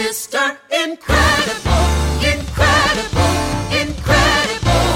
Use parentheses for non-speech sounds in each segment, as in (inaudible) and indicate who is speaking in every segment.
Speaker 1: Mr. Incredible, Incredible, Incredible.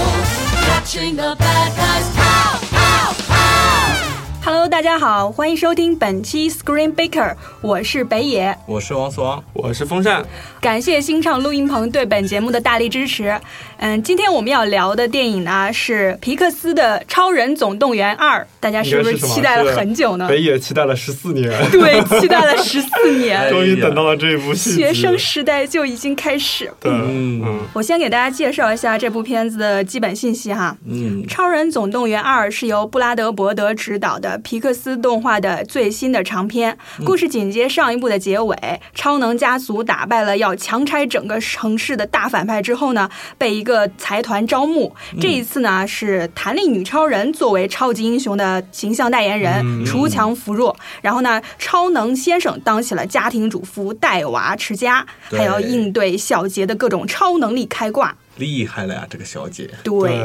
Speaker 1: Catching the bad guys, pow, pow, pow.
Speaker 2: Hello，大家好，欢迎收听本期 Screen Baker，我是北野，
Speaker 3: 我是王思王，
Speaker 4: 我是风扇，
Speaker 2: 感谢新唱录音棚对本节目的大力支持。嗯，今天我们要聊的电影呢是皮克斯的《超人总动员二》，大家是不是
Speaker 4: 应该什么
Speaker 2: 期待了很久呢
Speaker 4: 是？北野期待了十
Speaker 2: (laughs)
Speaker 4: 四年，
Speaker 2: 对，期待了十四
Speaker 4: (laughs)
Speaker 3: 哎
Speaker 2: 年，
Speaker 4: 终于等到了这一部戏集。
Speaker 2: 学生时代就已经开始。
Speaker 4: 对，
Speaker 3: 嗯
Speaker 4: 嗯，
Speaker 2: 我先给大家介绍一下这部片子的基本信息哈。
Speaker 3: 嗯，
Speaker 2: 《超人总动员二》是由布拉德伯德执导的皮克斯动画的最新的长片，
Speaker 3: 嗯
Speaker 2: 故事紧接上一部的结尾，超能家族打败了要强拆整个城市的大反派之后呢，被一个财团招募。
Speaker 3: 嗯
Speaker 2: 这一次呢，是弹力女超人作为超级英雄的形象代言
Speaker 3: 嗯
Speaker 2: 人，锄强扶弱。然后呢，超能先生当起了家庭主妇，带娃持家，
Speaker 3: 对
Speaker 2: 还要应对小杰的各种超能力开挂。
Speaker 3: 厉害了呀，这个小姐，
Speaker 2: 对。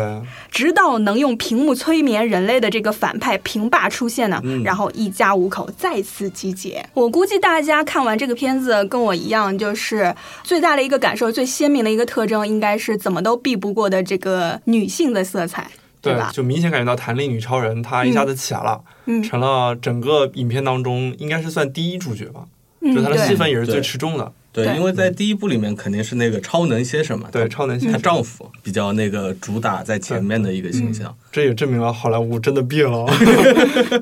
Speaker 2: 直到能用屏幕催眠人类的这个反派平霸出现呢，然后一家五口再次集结。我估计大家看完这个片子跟我一样，就是最大的一个感受、最鲜明的一个特征，应该是怎么都避不过的这个女性的色彩，对
Speaker 4: 对
Speaker 2: 吧，？
Speaker 4: 就明显感觉到弹力女超人她一下子起来了，
Speaker 2: 嗯
Speaker 4: 成了整个影片当中应该是算第一主角吧，
Speaker 2: 嗯，
Speaker 4: 就她的戏
Speaker 2: 对，
Speaker 4: 份也是
Speaker 3: 对
Speaker 4: 最持重的。
Speaker 3: 对，
Speaker 2: 对
Speaker 3: 因为在第一部里面肯定是那个超能先生嘛，
Speaker 4: 对，
Speaker 3: 她
Speaker 4: 超能先
Speaker 3: 她
Speaker 2: 嗯
Speaker 4: 生，
Speaker 3: 丈夫比较那个主打在前面的一个形象，
Speaker 4: 这也证明了好莱坞真的
Speaker 2: (laughs)
Speaker 4: 变了，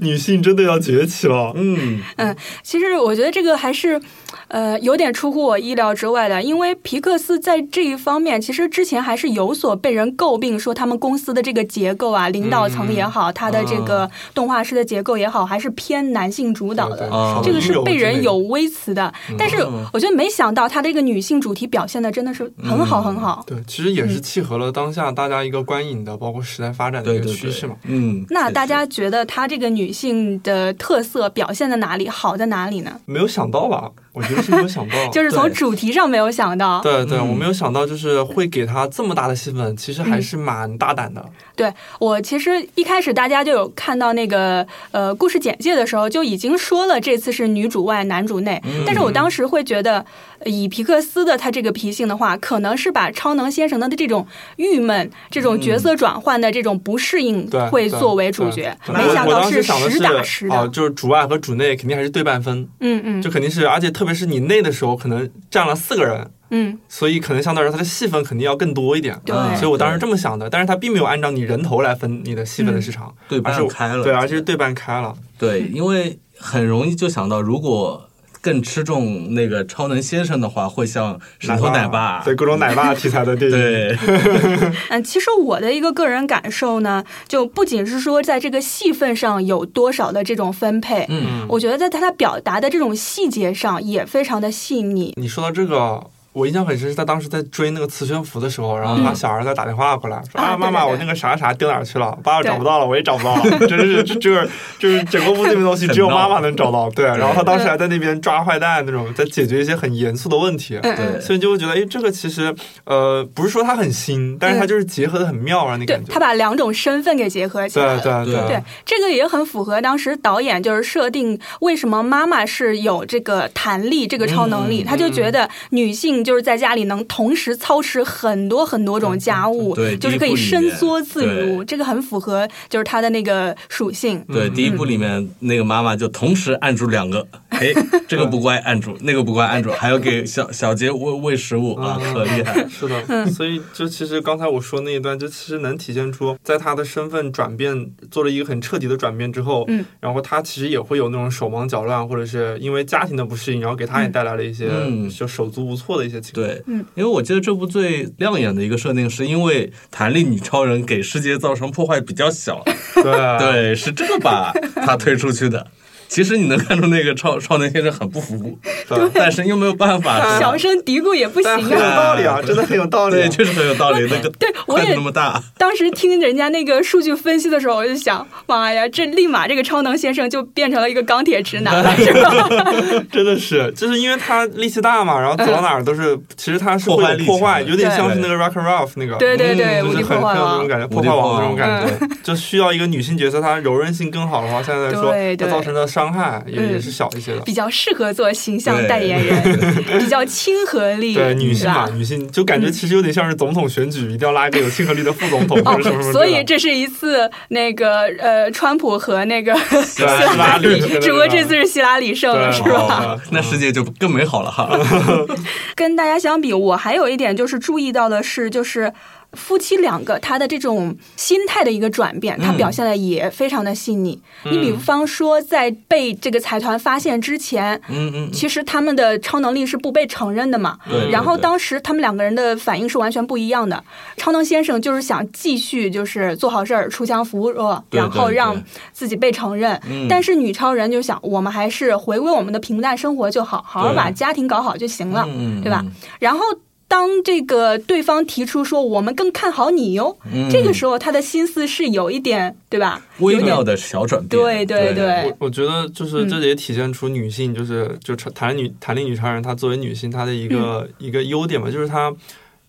Speaker 4: 女性真的要崛起了。
Speaker 3: 嗯，
Speaker 2: 嗯，其实我觉得这个还是，呃，有点出乎我意料之外的，因为皮克斯在这一方面，其实之前还是有所被人诟病，说他们公司的这个结构啊，领导层也好，他的这个动画师的结构也好，还是偏男性主导的。
Speaker 3: 啊
Speaker 2: 这个是
Speaker 4: 少
Speaker 2: 被
Speaker 4: 女
Speaker 2: 人
Speaker 4: 之类
Speaker 2: 有微词的，但是我觉得没想到他这个女性主题表现的真的是很好很好。
Speaker 4: 对，其实也是契合了当下大家一个观影的，包括时代发展的
Speaker 3: 对
Speaker 4: 一个
Speaker 3: 对
Speaker 4: 趋势
Speaker 3: 对
Speaker 4: 嘛。，
Speaker 3: 嗯，
Speaker 2: 那
Speaker 3: 是
Speaker 2: 大家
Speaker 3: 是
Speaker 2: 觉得她这个女性的特色表现在哪里？好在哪里呢？
Speaker 4: 没有想到吧？我觉得是没有想到，
Speaker 2: (laughs) 就是从
Speaker 3: 对
Speaker 2: 主题上没有想到，
Speaker 4: 对对，
Speaker 3: 嗯
Speaker 4: 我没有想到就是会给他这么大的戏份，其实
Speaker 2: 嗯
Speaker 4: 还是蛮大胆的。
Speaker 2: 对我其实一开始大家就有看到那个呃故事简介的时候，就已经说了这次是女主外男主内，
Speaker 4: 嗯
Speaker 2: 但是我当时会觉得，呃以皮克斯的他这个脾性的话，可能是把超能先生的这种郁闷、这种角色转换的这种不适应
Speaker 4: 嗯对，
Speaker 2: 会
Speaker 4: 对
Speaker 2: 作为主角，
Speaker 4: 对
Speaker 2: 没
Speaker 4: 我
Speaker 2: 想
Speaker 4: 我
Speaker 2: 到
Speaker 4: 当时想的
Speaker 2: 实
Speaker 4: 是
Speaker 2: 打实
Speaker 4: 啊，
Speaker 2: 的，
Speaker 4: 就是主外和主内肯定还是对半分，
Speaker 2: 嗯嗯
Speaker 4: 就肯定是，而且特别是你内的时候，可能占了四个人，
Speaker 2: 嗯，
Speaker 4: 所以可能相对来说他的戏份肯定要更多一点。
Speaker 2: 对
Speaker 4: 所以我当时这么想的，但是他并没有按照你人头来分你的戏
Speaker 2: 嗯
Speaker 4: 份的市场，
Speaker 3: 对半
Speaker 4: 而是
Speaker 3: 开了
Speaker 4: 对，而且是对半开了，
Speaker 3: 对，因为很容易就想到，如果更吃重那个超能先生的话，会像石头奶爸，
Speaker 4: 啊对各种奶爸题材的电影，
Speaker 3: 对，
Speaker 2: 嗯，其实我的一个个人感受呢，就不仅是说在这个戏份上有多少的这种分配，
Speaker 3: 嗯，
Speaker 2: 我觉得在他的表达的这种细节上也非常的细腻。
Speaker 4: 你说到这个，我印象很深，是他当时在追那个磁悬浮的时候，然后他小儿子打电话过来，说
Speaker 2: 嗯啊
Speaker 4: 啊，
Speaker 2: 对
Speaker 4: 妈妈，
Speaker 2: 对对
Speaker 4: 我那个啥啥丢哪儿去了，爸爸
Speaker 2: 对
Speaker 4: 找不到了，我也找不到了，真是就就是就是整个屋子里面东西只有妈妈能找到，对。然后他当时还在那边抓坏蛋那种，在解决一些很严肃的问题。
Speaker 2: 嗯嗯，
Speaker 3: 对，
Speaker 4: 所以就会觉得，哎，这个其实，呃，不是说它很新，但是它就是结合的很妙，让你
Speaker 2: 嗯对
Speaker 4: 感觉
Speaker 2: 他，把两种身份给结合起来
Speaker 4: 对
Speaker 2: 了。
Speaker 4: 对
Speaker 3: 对
Speaker 2: 对，这个也很符合当时导演就是设定为什么妈妈是有这个弹力这个超能力，
Speaker 3: 嗯
Speaker 2: 他就觉得女性就是在家里能同时操持很多很多种家务，
Speaker 3: 对
Speaker 2: 就是可以伸缩自
Speaker 3: 第一部里
Speaker 2: 如，
Speaker 3: 面
Speaker 2: 这个很符合就是她的那个属性。
Speaker 3: 对，第一部里面那个妈妈就同时按住两个，哎，这个不乖按住，那个不乖按住，还要给小小杰喂喂食物啊，
Speaker 4: 嗯
Speaker 3: 可厉害。
Speaker 4: (laughs) 是的，所以就其实刚才我说那一段，就其实能体现出，在他的身份转变做了一个很彻底的转变之后，
Speaker 2: 嗯，
Speaker 4: 然后他其实也会有那种手忙脚乱，或者是因为家庭的不适应，然后给他也带来了一些
Speaker 3: 嗯
Speaker 4: 就手足无措的一些情况。
Speaker 3: 对，
Speaker 2: 嗯
Speaker 3: 因为我记得这部最亮眼的一个设定，是因为弹力女超人给世界造成破坏比较小，
Speaker 4: 对
Speaker 3: 对，是这个把她推出去的。其实你能看出那个超超能先生很不服，
Speaker 4: 对
Speaker 3: 但是又没有办
Speaker 2: (laughs)
Speaker 3: 法，
Speaker 2: 小声嘀咕也不
Speaker 4: 但
Speaker 2: 行
Speaker 4: 很有
Speaker 2: 啊！
Speaker 4: 道理啊，真的很有道理啊、
Speaker 3: 对，确实很有道理。那个
Speaker 2: 对我
Speaker 3: 筷
Speaker 2: 也
Speaker 3: 子那么大，
Speaker 2: 当时听人家那个数据分析的时候，我就想，妈呀，这立马这个超能先生就变成了一个钢铁直
Speaker 3: (laughs)
Speaker 2: 男了，是吧？
Speaker 4: 真的是，就是因为他力气大嘛，然后走到哪儿都是，其实他是会
Speaker 3: 破坏
Speaker 4: 有
Speaker 3: 力
Speaker 4: 破坏，
Speaker 3: 强
Speaker 4: 有点
Speaker 2: 嗯对
Speaker 4: 像是那个 Rock and Ralph 那个，
Speaker 2: 对对对，
Speaker 3: 嗯
Speaker 2: 无
Speaker 4: 就
Speaker 2: 敌
Speaker 4: 是
Speaker 2: 破坏
Speaker 4: 坏那
Speaker 2: 王嗯
Speaker 4: 种。感觉，
Speaker 3: 无
Speaker 4: 破
Speaker 3: 敌
Speaker 4: 坏
Speaker 3: 破
Speaker 4: 王
Speaker 3: 坏
Speaker 4: 那
Speaker 3: 王
Speaker 4: 种感觉，就需要一个女性角色，她柔韧性更好的话，现在来说，
Speaker 2: 对对嗯
Speaker 4: 她造成的伤害也也是小一些的。
Speaker 2: 比较适合做形象
Speaker 3: 对
Speaker 2: 代言人， (laughs) 比较亲和力，
Speaker 4: 对女
Speaker 2: 是
Speaker 4: 性
Speaker 2: 吧嗯
Speaker 4: 嘛，女性就感觉其实有点像是总统选举，一定要拉一个有亲和力的副总统或者什么什么之类
Speaker 2: 哦
Speaker 4: 的。
Speaker 2: 所以这是一次那个呃，川普和那个 (laughs) 希
Speaker 4: 拉里
Speaker 2: 拉
Speaker 4: 对对对
Speaker 2: 只不过这次是希拉里胜了，
Speaker 4: 对
Speaker 2: 是吧？
Speaker 3: 哦，那世界就更美好了哈。
Speaker 2: 跟大家相比，我还有一点就是注意到的是，就是。夫妻两个，他的这种心态的一个转变，他表现的也非常的细腻。你比方说，在被这个财团发现之前，
Speaker 3: 嗯嗯，
Speaker 2: 其实他们的超能力是不被承认的嘛。
Speaker 3: 对对
Speaker 2: 然后
Speaker 3: 对
Speaker 2: 当时他们两个人的反应是完全不一样的。超能先生就是想继续就是做好事儿，锄强扶弱，
Speaker 3: 对对
Speaker 2: 然后
Speaker 3: 对
Speaker 2: 让自己被承认。
Speaker 3: 嗯
Speaker 2: 但是女超人就想，我们还是回归我们的平淡生活就好，好好
Speaker 3: 对
Speaker 2: 把家庭搞好就行了，
Speaker 3: 嗯嗯
Speaker 2: 对吧
Speaker 3: 嗯？
Speaker 2: 然后。当这个对方提出说我们更看好你哟，
Speaker 3: 嗯
Speaker 2: 这个时候他的心思是有一点，对吧？
Speaker 3: 微妙的小转变，
Speaker 2: 对对对，嗯
Speaker 4: 我我觉得就是这也体现出女性就是、就谈谈女谈恋女超人，她作为女性她的一个、
Speaker 2: 嗯
Speaker 4: 一个优点吧，就是她。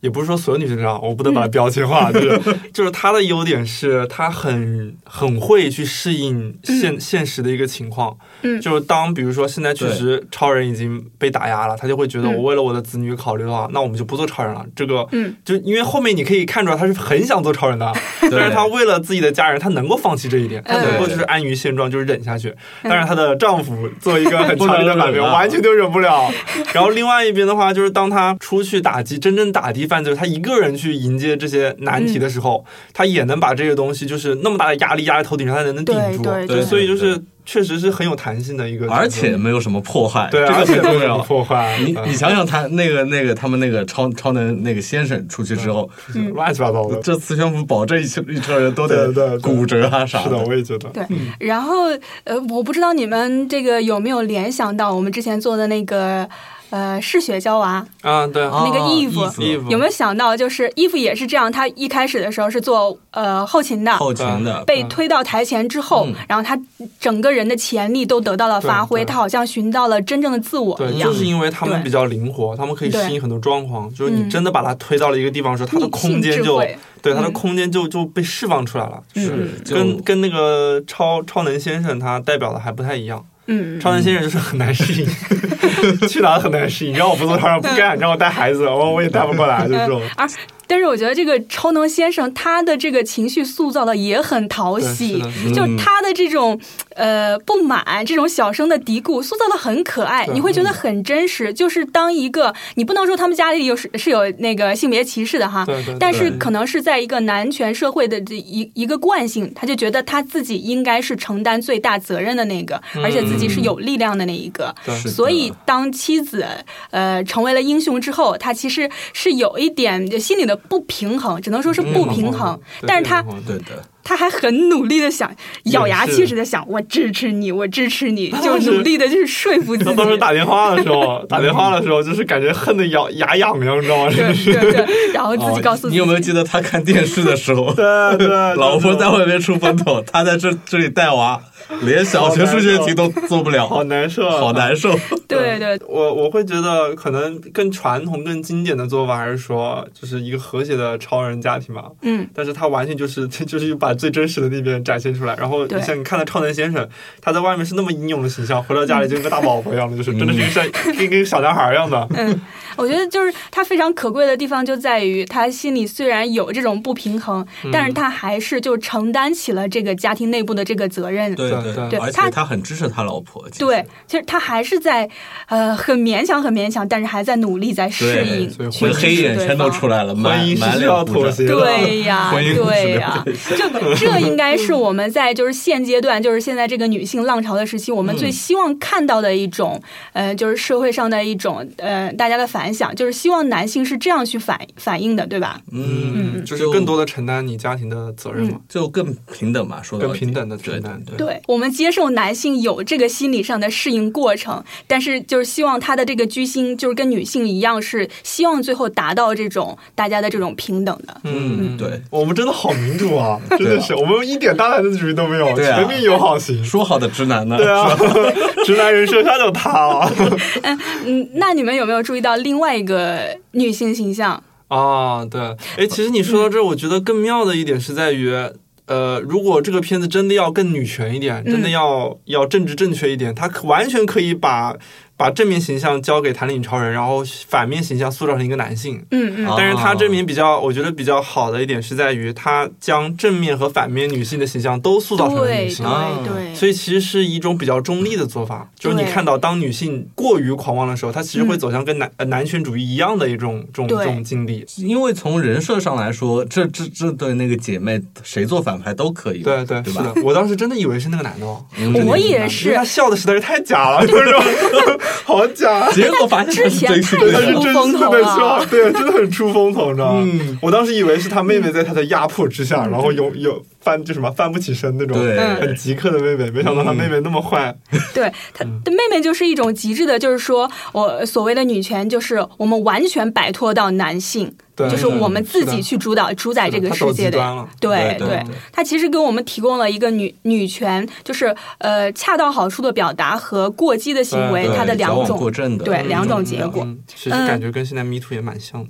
Speaker 4: 也不是说所有女性这样，我不能
Speaker 2: 嗯
Speaker 4: 把它标签
Speaker 2: (laughs)
Speaker 4: 化，就是就是她的优点是她很很会去适应现、现实的一个情况，
Speaker 2: 嗯
Speaker 4: 就是当比如说现在确实超人已经被打压了，她就会觉得
Speaker 2: 嗯
Speaker 4: 我为了我的子女考虑的话，那我们就不做超人了。这个
Speaker 2: 嗯，
Speaker 4: 就因为后面你可以看出来她是很想做超
Speaker 2: (laughs)
Speaker 4: 人的，但是她为了自己的家人，她能够放弃这一点，
Speaker 2: 嗯
Speaker 4: 她能够就是安于现状，就是忍下去。但是她的丈夫做一个很
Speaker 3: (laughs)
Speaker 4: 强烈
Speaker 3: 不
Speaker 4: 的反
Speaker 3: 能忍
Speaker 4: 面，
Speaker 3: 啊
Speaker 4: 完全就忍
Speaker 3: (laughs)
Speaker 4: 不了。然后另外一边的话，就是当她出去打击真正打击犯罪，她一个人去迎接这些难题的时候，
Speaker 2: 嗯
Speaker 4: 她也能把这个东西就是那么大的压力压在头顶上，她能顶
Speaker 2: 对
Speaker 4: 住。
Speaker 2: 对
Speaker 3: 对
Speaker 4: 所以就是确实是很有弹性的一个，
Speaker 3: 而且没有什么破坏，
Speaker 4: 对，
Speaker 3: 这
Speaker 4: 而
Speaker 3: 个
Speaker 4: 且
Speaker 3: 很
Speaker 4: 没
Speaker 3: 重
Speaker 4: 有什
Speaker 3: 要。
Speaker 4: 么 (laughs) 破坏，
Speaker 3: 你
Speaker 4: 嗯
Speaker 3: 你想想他那个那个他们那个超超能那个先生出去之后，
Speaker 4: 就是乱七八
Speaker 3: (laughs)
Speaker 4: 糟的。
Speaker 3: 这磁悬浮保证一车一车人都得
Speaker 4: 对对对
Speaker 3: 骨折啊啥
Speaker 4: 是的，我也觉得。
Speaker 2: 对，然后呃，我不知道你们这个有没有联想到我们之前做的那个呃嗜血娇娃，
Speaker 4: 啊，对啊，
Speaker 2: 那个
Speaker 3: 啊
Speaker 2: Eve
Speaker 4: Eve
Speaker 2: 有没有想到就是伊芙也是这样，她一开始的时候是做呃后勤的。
Speaker 3: 后勤的
Speaker 2: 被
Speaker 4: 嗯
Speaker 2: 推到台前之后，然后她整个人的潜力都得到了发挥，
Speaker 4: 对对
Speaker 2: 她好像寻到了真正的自我
Speaker 4: 对，
Speaker 2: 一样
Speaker 4: 就。是因为他们
Speaker 2: 对
Speaker 4: 比较灵活，他们可以
Speaker 2: 对
Speaker 4: 适应很多状况。就是
Speaker 2: 嗯
Speaker 4: 你真的把它推到了一个地方的时候，它的
Speaker 2: 逆
Speaker 4: 空
Speaker 2: 境
Speaker 4: 间
Speaker 2: 智
Speaker 4: 就
Speaker 2: 慧
Speaker 4: 对它的
Speaker 2: 嗯
Speaker 4: 空间就就被释放出来了。
Speaker 3: 是就
Speaker 4: 跟跟那个超超能先生他代表的还不太一样，
Speaker 2: 嗯，
Speaker 4: 超能先生就是很难适应，
Speaker 2: (laughs)
Speaker 4: 去哪都很难适应。你让我不做超人不干，你让我带孩子，我我也带不过来，就是这种。
Speaker 2: 而但是我觉得这个超能先生他的这个情绪塑造的也很讨
Speaker 4: 对是
Speaker 2: 喜
Speaker 4: 的，
Speaker 3: 的
Speaker 2: 就是他的这种呃不满，这种小声的嘀咕塑造的很可爱，
Speaker 4: 对嗯
Speaker 2: 你会觉得很真实。就是当一个你不能说他们家里有是是有那个性别歧视的哈
Speaker 4: (laughs) 对对对，
Speaker 2: 但是可能是在一个男权社会的这一一个惯性，他就觉得他自己应该是承担最大责任的那个，
Speaker 4: 嗯
Speaker 2: 而且自己是有力量的那一个。
Speaker 4: 对
Speaker 3: 是的
Speaker 2: 所以，当妻子呃成为了英雄之后，她其实是有一点心里的不平衡，只能说是不平衡。
Speaker 4: 嗯对
Speaker 2: 但是她
Speaker 4: 对
Speaker 3: 对的，
Speaker 2: 她还很努力的想，咬牙切齿的想，我支持你，我支持你，就努力的就是说服自己
Speaker 4: 他。当时打电话的
Speaker 2: (laughs)
Speaker 4: 时候，打电话的时候就是感觉恨得咬牙痒痒，你知道吗？
Speaker 2: 对对对，然后自己告诉自
Speaker 3: 哦你
Speaker 2: 己，
Speaker 3: 有没有记得他看电视的时候，
Speaker 4: (laughs) 对
Speaker 3: (laughs)
Speaker 4: 对，
Speaker 3: 老婆
Speaker 4: 就是
Speaker 3: 在外面出风头，他在这这里带娃，连小学数学题都做不了，
Speaker 4: 好难受啊，
Speaker 3: 好难受。
Speaker 2: 对对
Speaker 4: 我我会觉得，可能更传统、更经典的做法，还是说，就是一个和谐的超人家庭嘛。
Speaker 2: 嗯，
Speaker 4: 但是他完全就是 (laughs) 就是把最真实的那边展现出来。然后
Speaker 2: 对
Speaker 4: 你像你看到超能先生，他在外面是那么英勇的形象，回到家里就跟个大宝宝一样的，就是真的
Speaker 3: 嗯
Speaker 4: 是一个像跟跟个小男孩一样的。
Speaker 2: 嗯我觉得就是他非常可贵的地方就在于，他心里虽然有这种不平衡，但是他还是就承担起了这个家庭内部的这个责任。
Speaker 3: 对
Speaker 4: 对对
Speaker 3: 而且
Speaker 2: 他
Speaker 3: 他很支持他老婆。其实
Speaker 2: 对，其实他还是在，呃，很勉强，很勉强，但是还在努力，在适
Speaker 3: 对
Speaker 2: 应
Speaker 4: 所以，
Speaker 2: 去
Speaker 3: 那
Speaker 4: 婚
Speaker 2: 支持
Speaker 3: 黑眼
Speaker 2: 对
Speaker 3: 圈都
Speaker 2: 方
Speaker 3: 出来了，
Speaker 4: 婚
Speaker 3: 满
Speaker 4: 姻
Speaker 3: 满
Speaker 4: 是需
Speaker 3: 脸
Speaker 4: 要
Speaker 3: 胡
Speaker 4: 妥
Speaker 3: 子。
Speaker 4: 协的。
Speaker 2: 对呀，
Speaker 3: (laughs) 婚姻故事
Speaker 2: 对
Speaker 3: 的
Speaker 2: 呀，就这应该
Speaker 3: (laughs)
Speaker 2: 是我们在就是现阶段，就是现在这个女性浪潮的时期，我们
Speaker 3: 嗯
Speaker 2: 最希望看到的一种，呃，就是社会上的一种，呃，大家的反响，就是希望男性是这样去反反应的，对吧？
Speaker 3: 嗯，
Speaker 4: 就是更多的承担你家庭的责任
Speaker 2: 嗯
Speaker 4: 嘛，
Speaker 3: 就更平等嘛，说到
Speaker 4: 更平
Speaker 3: 底
Speaker 4: 等的承担。
Speaker 3: (laughs) 对对
Speaker 2: 对，我们接受男性有这个心理上的适应过程，但是就是希望他的这个居心就是跟女性一样，是希望最后达到这种大家的这种平等的。
Speaker 3: 嗯对，
Speaker 4: 我们真的好民主啊，真的是，我们一点大男子主义都没有，
Speaker 3: 对啊
Speaker 4: 全民友好型。
Speaker 3: 说好的直男呢？
Speaker 4: 对啊， (laughs) 直男人设他就塌了。
Speaker 2: 嗯，那你们有没有注意到另外一个女性形象？
Speaker 4: 啊，对，哎，其实你说到这儿，我觉得更妙的一点是在于，呃，如果这个片子真的要更女权
Speaker 2: 嗯
Speaker 4: 一点，真的要、要政治正确一点，它可完全可以把把正面形象交给谭岭超人，然后反面形象塑造成一个男性。
Speaker 2: 嗯嗯，
Speaker 3: 哦
Speaker 4: 但是它这面比较，我觉得比较好的一点是在于，它将正面和反面女性的形象都塑造成了
Speaker 2: 对
Speaker 4: 女性。
Speaker 3: 啊
Speaker 2: 对对，
Speaker 4: 所以其实是一种比较中立的做法，就是你
Speaker 2: 对
Speaker 4: 看到当女性过于狂妄的时候，她其实会
Speaker 2: 嗯
Speaker 4: 走向跟男、呃男权主义一样的一种这种
Speaker 2: 对
Speaker 4: 这种经历。
Speaker 3: 因为从人设上来说，这这这对那个姐妹谁做反派都可以，
Speaker 4: 对对，
Speaker 3: 对
Speaker 4: 是
Speaker 3: 吧
Speaker 4: 的？，我当时真的以为是那个男的哦，
Speaker 3: 嗯
Speaker 2: 我也
Speaker 4: 因为
Speaker 2: 是
Speaker 4: 他笑的实在是太假了，就是 (laughs) 说好假。啊
Speaker 3: 结果发现
Speaker 2: (laughs) 之前太
Speaker 4: 他是
Speaker 2: 出
Speaker 4: 真
Speaker 2: 风
Speaker 4: 心
Speaker 2: 头
Speaker 4: 的笑
Speaker 2: 了，，
Speaker 4: 对，真的很出风头，你知道吗？
Speaker 3: 嗯
Speaker 4: 我当时以为是他妹妹在他的压迫之下，然后有有翻就什么翻不起身那种，
Speaker 3: 对
Speaker 4: 很极客的妹妹，没想到他妹妹那么坏，
Speaker 2: (laughs) 对她的妹妹就是一种极致的，就是说我所谓的女权，就是我们完全摆脱到男性，
Speaker 4: 对
Speaker 2: 就是我们自己去主导、主宰这个世界
Speaker 4: 是的她走极端
Speaker 2: 的
Speaker 4: 了。
Speaker 2: 对
Speaker 3: 对对对
Speaker 2: 她其实给我们提供了一个女女权，就是呃恰到好处的表达和过激的行为，
Speaker 4: 对
Speaker 2: 它的
Speaker 3: 矫
Speaker 2: 两
Speaker 3: 枉
Speaker 2: 种
Speaker 3: 过正的，
Speaker 2: 对两种
Speaker 3: 嗯
Speaker 2: 结果。
Speaker 4: 嗯，其实
Speaker 2: 嗯
Speaker 4: 感觉跟现在 Me Too 也蛮 (laughs) 像的，